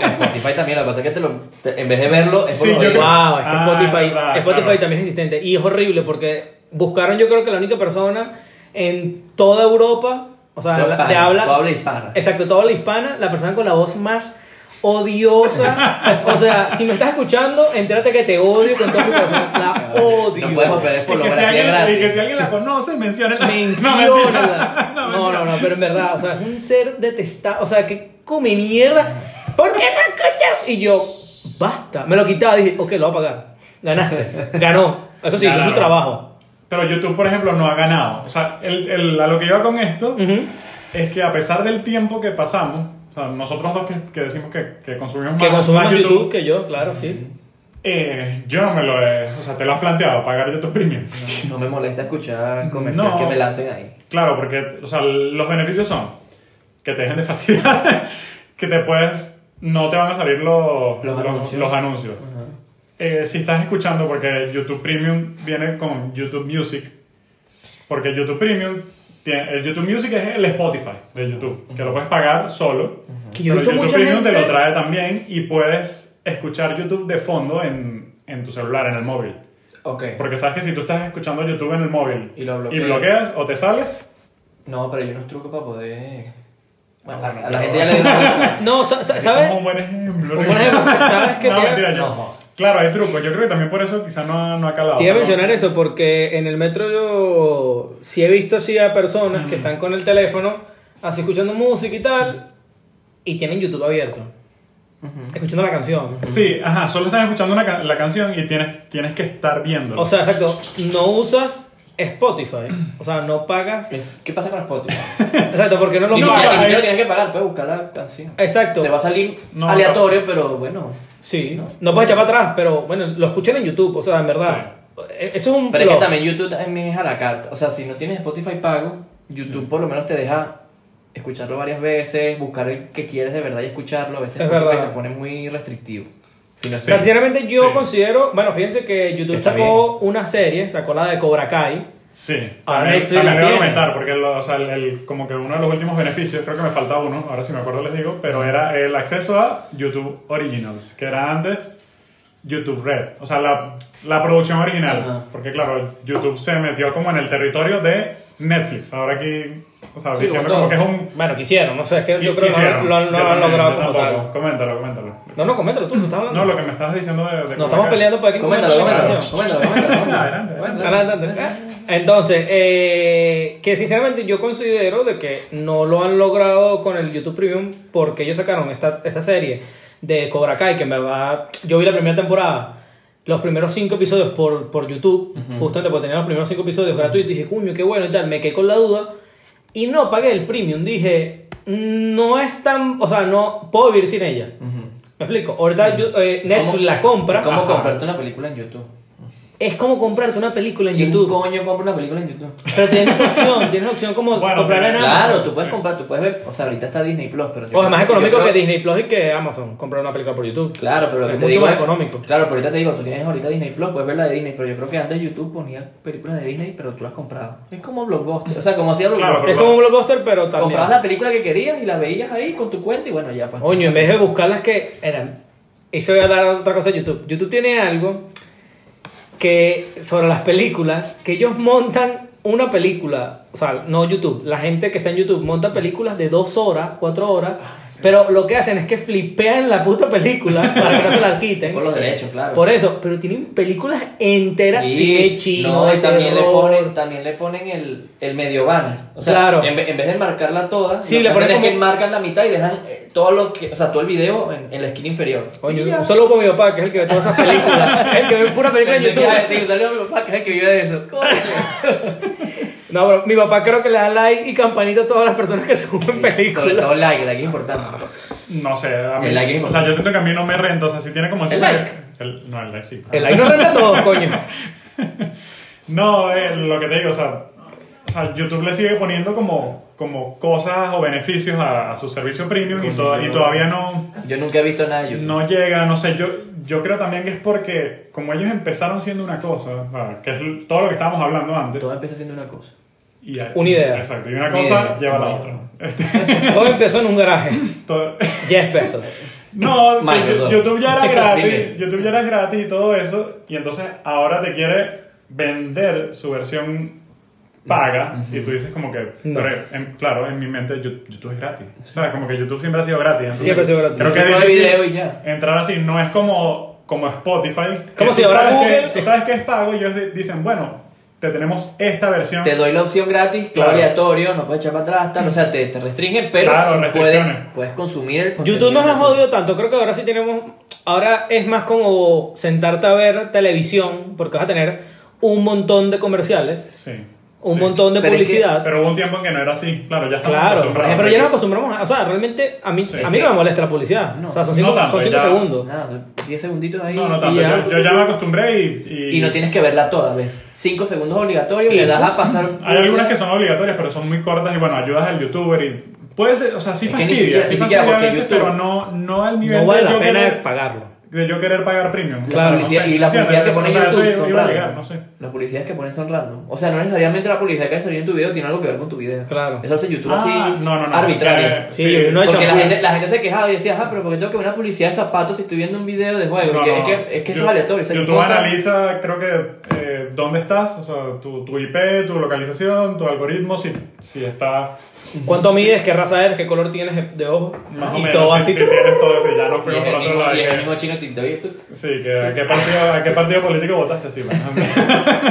Speaker 2: En Spotify también, lo que pasa es que te lo, te- en vez de verlo, es por
Speaker 4: Sí,
Speaker 2: lo
Speaker 4: yo
Speaker 2: de-
Speaker 4: creo-
Speaker 1: Wow, es que
Speaker 4: Ah,
Speaker 1: Spotify,
Speaker 4: verdad,
Speaker 1: Spotify
Speaker 4: claro.
Speaker 1: también es existente. Y es horrible porque buscaron, yo creo que la única persona en toda Europa, o sea,
Speaker 2: Toda
Speaker 1: la-
Speaker 2: hispana,
Speaker 1: de habla.
Speaker 2: toda habla hispana.
Speaker 1: Exacto, toda habla hispana, la persona con la voz más odiosa. o sea, si me estás escuchando, entérate que te odio con todo mi corazón. La odio.
Speaker 2: No podemos pedir por
Speaker 4: Y
Speaker 2: lo
Speaker 4: que, si
Speaker 2: gracia
Speaker 4: alguien, y que si
Speaker 2: gratis.
Speaker 4: alguien la conoce, menciona.
Speaker 1: Menciónala. No, no, no, pero en verdad, o sea, es un ser detestado. O sea, que come mierda. ¿Por qué te escuchas? Y yo, basta. Me lo quitaba, dije, ok, lo voy a pagar. Ganaste. Ganó. Eso sí, hizo su
Speaker 4: Ganaron.
Speaker 1: trabajo.
Speaker 4: Pero YouTube, por ejemplo, no ha ganado. O sea, el- el- a lo que iba con esto
Speaker 1: Ujú.
Speaker 4: es que a pesar del tiempo que pasamos, o sea, nosotros dos que, que decimos que, que consumimos
Speaker 1: Que
Speaker 4: más,
Speaker 1: consuma
Speaker 4: más
Speaker 1: más YouTube, que yo, claro, sí.
Speaker 4: eh, yo no me lo he. O sea, te lo has planteado, pagar YouTube Premium.
Speaker 2: No me molesta escuchar comercial
Speaker 4: No.
Speaker 2: que me lancen ahí.
Speaker 4: Claro, porque o sea, los beneficios son que te dejen de fastidiar, que te puedes. No te van a salir los,
Speaker 2: Los anuncios.
Speaker 4: los anuncios. Eh, si estás escuchando, porque YouTube Premium viene con YouTube Music, porque YouTube Premium, tiene, el YouTube Music es el Spotify de YouTube, que lo puedes pagar solo.
Speaker 1: Que yo he
Speaker 4: pero
Speaker 1: visto
Speaker 4: YouTube
Speaker 1: mucha
Speaker 4: Premium te lo
Speaker 1: gente-
Speaker 4: trae también y puedes escuchar YouTube de fondo en, en tu celular, en el móvil.
Speaker 2: Ok.
Speaker 4: Porque sabes que si tú estás escuchando YouTube en el móvil
Speaker 2: Y lo
Speaker 4: y
Speaker 2: bloqueas.
Speaker 4: bloqueas o te sales,
Speaker 2: No, pero hay unos trucos para poder. Bueno,
Speaker 4: Ah,
Speaker 2: a,
Speaker 4: bueno,
Speaker 2: a la
Speaker 4: pero-
Speaker 2: gente ya le digo.
Speaker 1: No, sa- sa-
Speaker 4: Ese
Speaker 1: ¿sabes?
Speaker 4: es un buen ejemplo.
Speaker 1: Un buen ejemplo, ¿sabes qué?
Speaker 4: no,
Speaker 1: Te-
Speaker 4: mentira, yo-
Speaker 2: No.
Speaker 4: Claro, hay trucos. Yo creo que también por eso quizás no, no ha calado.
Speaker 1: Te iba a
Speaker 4: pero-
Speaker 1: mencionar eso porque en el metro yo sí he visto así a personas que están con el teléfono, así escuchando música y tal, y tienen YouTube abierto, escuchando la canción.
Speaker 4: Sí, ajá, solo estás escuchando una ca- la canción y tienes, tienes que estar viéndolo.
Speaker 1: O sea, exacto, no usas Spotify, o sea, no pagas.
Speaker 2: Es- ¿Qué pasa con Spotify?
Speaker 1: Exacto, porque no lo
Speaker 2: Ni
Speaker 4: No,
Speaker 2: siquiera
Speaker 1: pagas.
Speaker 2: ni siquiera
Speaker 4: ahí-
Speaker 2: tienes que pagar, puedes buscar la canción.
Speaker 1: Exacto,
Speaker 2: Te va a salir
Speaker 4: No,
Speaker 2: aleatorio, pero bueno.
Speaker 1: sí, no puedes echar para atrás, pero bueno, lo escuchan en YouTube, o sea, en verdad. E- Eso es un
Speaker 2: Pero es que
Speaker 1: plus.
Speaker 2: también YouTube también es a la carta. O sea, si no tienes Spotify pago, YouTube por lo menos te deja escucharlo varias veces, buscar el que quieres de verdad y escucharlo. A veces
Speaker 1: Es
Speaker 2: Spotify
Speaker 1: verdad.
Speaker 2: se pone muy restrictivo.
Speaker 4: Una
Speaker 1: O sea,
Speaker 4: serie.
Speaker 1: sinceramente yo
Speaker 4: Sí.
Speaker 1: considero, bueno, fíjense que YouTube
Speaker 2: Está
Speaker 1: sacó una serie, sacó la de Cobra Kai.
Speaker 4: Sí,
Speaker 1: Ahora
Speaker 4: también,
Speaker 1: Netflix la
Speaker 4: también voy
Speaker 1: tiene.
Speaker 4: a comentar, porque lo- o sea, el- el- como que uno de los últimos beneficios, creo que me falta uno, ahora si me acuerdo les digo, pero era el acceso a YouTube Originals, que era antes YouTube Red, o sea, la, la producción original,
Speaker 2: Ajá.
Speaker 4: porque claro, YouTube se metió como en el territorio de Netflix, ahora aquí, o sea,
Speaker 2: Sí,
Speaker 4: diciendo
Speaker 2: como todo.
Speaker 4: como que es un...
Speaker 1: Bueno, quisieron, no sé, es que yo
Speaker 4: qui-
Speaker 1: creo que no
Speaker 4: quisieron.
Speaker 1: lo han- no lo
Speaker 4: Yo
Speaker 1: han
Speaker 4: también,
Speaker 1: logrado
Speaker 4: yo
Speaker 1: como
Speaker 4: tampoco.
Speaker 1: tal.
Speaker 4: Coméntalo, coméntalo.
Speaker 1: No, no, coméntalo tú, tú estás hablando.
Speaker 4: No, lo que me estás diciendo de... de
Speaker 1: Nos
Speaker 4: Cobra
Speaker 1: estamos
Speaker 4: Kai.
Speaker 1: peleando para que
Speaker 2: Coméntalo, coméntalo, coméntalo,
Speaker 4: Adelante,
Speaker 2: coméntalo.
Speaker 4: adelante.
Speaker 1: Adelante, adelante. Entonces, eh, que sinceramente yo considero de que no lo han logrado con el YouTube Premium porque ellos sacaron esta, esta serie de Cobra Kai, que en verdad yo vi la primera temporada, los primeros cinco episodios por, por YouTube, justamente porque tenía los primeros cinco episodios gratuitos, y dije, cuño, qué bueno y tal, me quedé con la duda y no pagué el Premium, dije, no es tan, o sea, no puedo vivir sin ella. ¿Me explico? Ahorita yo- eh, Netflix
Speaker 2: ¿Cómo-
Speaker 1: la compra.
Speaker 2: ¿Cómo
Speaker 4: Ajá.
Speaker 2: comprarte una película en YouTube?
Speaker 1: Es como comprarte una película en
Speaker 2: ¿Quién
Speaker 1: YouTube.
Speaker 2: coño compra una película en YouTube?
Speaker 1: Pero tienes opción, tienes opción como
Speaker 4: Bueno,
Speaker 1: comprar en
Speaker 4: pero-
Speaker 1: Amazon.
Speaker 2: Claro, tú puedes comprar, tú puedes ver, o sea, ahorita está Disney Plus, pero... yo
Speaker 1: O es más
Speaker 2: creo-
Speaker 1: económico
Speaker 2: yo
Speaker 1: que
Speaker 2: creo-
Speaker 1: Disney Plus y que Amazon comprar una película por YouTube.
Speaker 2: Claro, pero lo
Speaker 1: Es
Speaker 2: que te
Speaker 1: mucho
Speaker 2: digo
Speaker 1: más
Speaker 2: es-
Speaker 1: económico.
Speaker 2: Claro, pero ahorita te digo, tú tienes ahorita Disney Plus, puedes ver la de Disney, pero yo creo que antes YouTube ponía películas de Disney, pero tú las comprabas. Es como Blockbuster, o sea, como hacía Blockbuster.
Speaker 4: Claro,
Speaker 1: Es como un blockbuster, pero también.
Speaker 2: Comprabas la película que querías y la veías ahí con tu cuenta y bueno, ya pues.
Speaker 1: Ah, Coño, en vez de buscar las que eran. Eso voy a dar otra cosa a YouTube. YouTube tiene algo que sobre las películas que ellos montan una película, o sea, no YouTube, la gente que está en YouTube monta películas de dos horas, cuatro horas, pero lo que hacen es que flipean la puta película para que no se la quiten.
Speaker 2: Por los derechos, claro.
Speaker 1: Por eso, pero tienen películas enteras
Speaker 2: Sí,
Speaker 1: sí, de chino,
Speaker 2: no,
Speaker 1: de
Speaker 2: y también le
Speaker 1: terror.
Speaker 2: ponen, también le ponen el, el medio banner. O sea,
Speaker 1: Claro.
Speaker 2: en, ve- en vez de marcarla toda,
Speaker 1: Sí,
Speaker 2: lo
Speaker 1: le
Speaker 2: que
Speaker 1: ponen
Speaker 2: hacen es
Speaker 1: como-
Speaker 2: que marcan la mitad y dejan eh, todo lo que, o sea, todo el video en, en la esquina inferior.
Speaker 1: Coño,
Speaker 2: Y ya.
Speaker 1: un saludo para mi papá, que es el que ve todas esas películas, el que ve pura película en
Speaker 2: Yo te iba a
Speaker 1: YouTube.
Speaker 2: decir, dale a mi papá, que es el que vive de eso. Coño.
Speaker 1: No, pero mi papá creo que le da like y campanita a todas las personas que suben
Speaker 2: Sobre
Speaker 1: películas.
Speaker 2: todo el like, el like es importante.
Speaker 4: No sé, a mí,
Speaker 2: El like es
Speaker 4: o sea, yo siento que a mí no me renta, o sea, si tiene como...
Speaker 2: El
Speaker 4: ese-
Speaker 2: like.
Speaker 4: el- no, el like sí.
Speaker 1: El like no renta todo, coño.
Speaker 4: No, eh, lo que te digo, o sea, o sea, YouTube le sigue poniendo como, como cosas o beneficios a, a su servicio premium y, toda- y todavía no,
Speaker 2: Yo nunca he visto nada de YouTube.
Speaker 4: no llega, no sé, yo, yo creo también que es porque como ellos empezaron siendo una cosa, o sea, que es todo lo que estábamos hablando antes.
Speaker 2: Todo empieza siendo una cosa.
Speaker 4: Y,
Speaker 1: Una idea.
Speaker 4: Exacto, y una
Speaker 2: Una
Speaker 4: cosa
Speaker 2: idea,
Speaker 4: lleva a la
Speaker 2: como
Speaker 4: otra.
Speaker 2: yo.
Speaker 4: Este,
Speaker 1: Todo empezó en un garaje.
Speaker 4: todo-
Speaker 1: Jeff Bezos.
Speaker 4: No,
Speaker 2: Microsoft.
Speaker 4: YouTube ya era
Speaker 2: Cine.
Speaker 4: gratis, YouTube ya era gratis y todo eso, y entonces ahora te quiere vender su versión paga, y tú dices como que,
Speaker 1: No.
Speaker 4: pero en- claro, en mi mente Yu- YouTube es gratis, o sea, como que YouTube siempre ha sido gratis, entonces
Speaker 1: Siempre ha sido gratis.
Speaker 4: Creo que
Speaker 2: YouTube
Speaker 4: es
Speaker 2: no hay
Speaker 4: difícil
Speaker 2: video y ya.
Speaker 4: entrar así, no es como, como Spotify, que
Speaker 1: Como
Speaker 4: tú
Speaker 1: si ahora
Speaker 4: sabes que-
Speaker 1: Google-
Speaker 4: tú sabes que es pago, y ellos di- dicen, bueno, te tenemos esta versión,
Speaker 2: Te doy la opción gratis, todo
Speaker 4: Claro.
Speaker 2: aleatorio, no puedes echar para atrás, tal. O sea, te, te restringen, pero
Speaker 4: Claro,
Speaker 2: sí puedes,
Speaker 4: restricciones.
Speaker 2: puedes consumir el
Speaker 1: YouTube
Speaker 2: contenido
Speaker 1: no nos ha
Speaker 2: de YouTube.
Speaker 1: jodido tanto. Creo que ahora sí tenemos. Ahora es más como sentarte a ver televisión, porque vas a tener un montón de comerciales,
Speaker 4: sí,
Speaker 1: un
Speaker 4: sí.
Speaker 1: montón de
Speaker 2: Pero es que-
Speaker 1: publicidad.
Speaker 4: Pero hubo un tiempo en que no era así, claro, ya estamos
Speaker 1: Claro,
Speaker 4: acostumbrados.
Speaker 1: pero ya nos acostumbramos a. O sea, realmente a mí, a mí no me molesta la publicidad.
Speaker 2: No.
Speaker 1: o sea, son 5
Speaker 4: No tanto, ya.
Speaker 1: segundos.
Speaker 2: Nada, 10 segunditos ahí.
Speaker 4: No, no
Speaker 1: Y
Speaker 4: tanto.
Speaker 1: ya.
Speaker 4: Yo, yo ya me acostumbré y. Y,
Speaker 2: Y no tienes que verla toda, ¿ves? 5 segundos obligatorios,
Speaker 1: Sí.
Speaker 2: le das a pasar.
Speaker 4: Hay algunas que son obligatorias, pero son muy cortas y bueno, ayudas al youtuber y. Puede ser, o sea, sí
Speaker 2: Es que ni
Speaker 4: fastidia,
Speaker 2: siquiera-
Speaker 4: sí
Speaker 2: ni siquiera
Speaker 4: fastidia a
Speaker 2: porque
Speaker 4: veces,
Speaker 2: YouTube-
Speaker 4: pero no, no al nivel
Speaker 1: No vale
Speaker 4: de,
Speaker 1: la
Speaker 4: yo
Speaker 1: pena
Speaker 4: querer,
Speaker 1: pagarlo.
Speaker 4: de yo querer pagar premium.
Speaker 2: La publicidad,
Speaker 4: no sé,
Speaker 2: y la publicidad que
Speaker 4: ¿entiendes?
Speaker 2: pone
Speaker 4: O sea, eso
Speaker 2: YouTube
Speaker 4: iba-
Speaker 2: son
Speaker 4: iba a
Speaker 2: random.
Speaker 4: llegar, no sé.
Speaker 2: Las publicidades que ponen son random. O sea, no necesariamente la publicidad que salió en tu video tiene algo que ver con tu video.
Speaker 1: Claro.
Speaker 2: Eso hace YouTube
Speaker 4: Ah,
Speaker 2: así
Speaker 4: no, no, no.
Speaker 2: arbitraria.
Speaker 4: eh,
Speaker 1: Sí, yo vi uno de
Speaker 2: Porque la
Speaker 1: champú.
Speaker 2: gente, la gente se quejaba y decía, ah, pero porque tengo que ver una publicidad de zapatos si estoy viendo un video de juego?
Speaker 4: No,
Speaker 2: Porque
Speaker 4: no,
Speaker 2: es que, es que eso es
Speaker 4: yo-
Speaker 2: aleatorio. o sea,
Speaker 4: YouTube
Speaker 2: importa-
Speaker 4: analiza, creo que, eh, dónde estás, o sea, tu, tu IP, tu localización, tu algoritmo, si, si está.
Speaker 1: ¿Cuánto mides? ¿Qué raza eres? ¿Qué color tienes de ojos?
Speaker 4: Más o
Speaker 1: y
Speaker 4: menos,
Speaker 1: todo
Speaker 4: si,
Speaker 1: así.
Speaker 4: si tienes todo eso, y ya no
Speaker 2: ¡uh! Y es
Speaker 4: fuimos por
Speaker 2: el
Speaker 4: otro
Speaker 2: mismo,
Speaker 4: lado.
Speaker 2: y es
Speaker 4: que-
Speaker 2: el mismo chino TikTok y tú-
Speaker 4: Sí, que a qué partido, a qué partido político votaste, sí, bueno.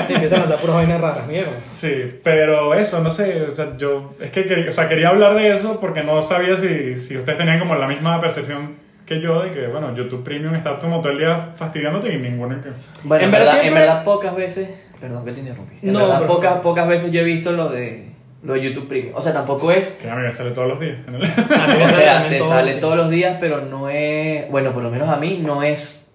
Speaker 1: Te empiezan a lanzar puras vainas raras, mierda.
Speaker 4: Sí, pero eso, no sé, o sea, yo es que quería, o sea, quería hablar de eso porque no sabía si, si ustedes tenían como la misma percepción que yo de que, bueno, YouTube Premium está como todo el día fastidiándote y ninguno que...
Speaker 2: Bueno,
Speaker 1: En
Speaker 2: en,
Speaker 1: verdad
Speaker 2: verdad,
Speaker 1: siempre-
Speaker 2: en verdad pocas veces, perdón que te interrumpí. En
Speaker 1: No,
Speaker 2: verdad
Speaker 1: pero-
Speaker 2: pocas, pocas veces yo he visto lo de, lo de YouTube Premium. O sea, tampoco es
Speaker 4: Que a mí me sale todos los días.
Speaker 1: A mí
Speaker 2: O
Speaker 1: me
Speaker 2: sea,
Speaker 1: salen
Speaker 2: te
Speaker 1: todo-
Speaker 2: sale todos los días, pero no es. Bueno, por lo menos a mí no es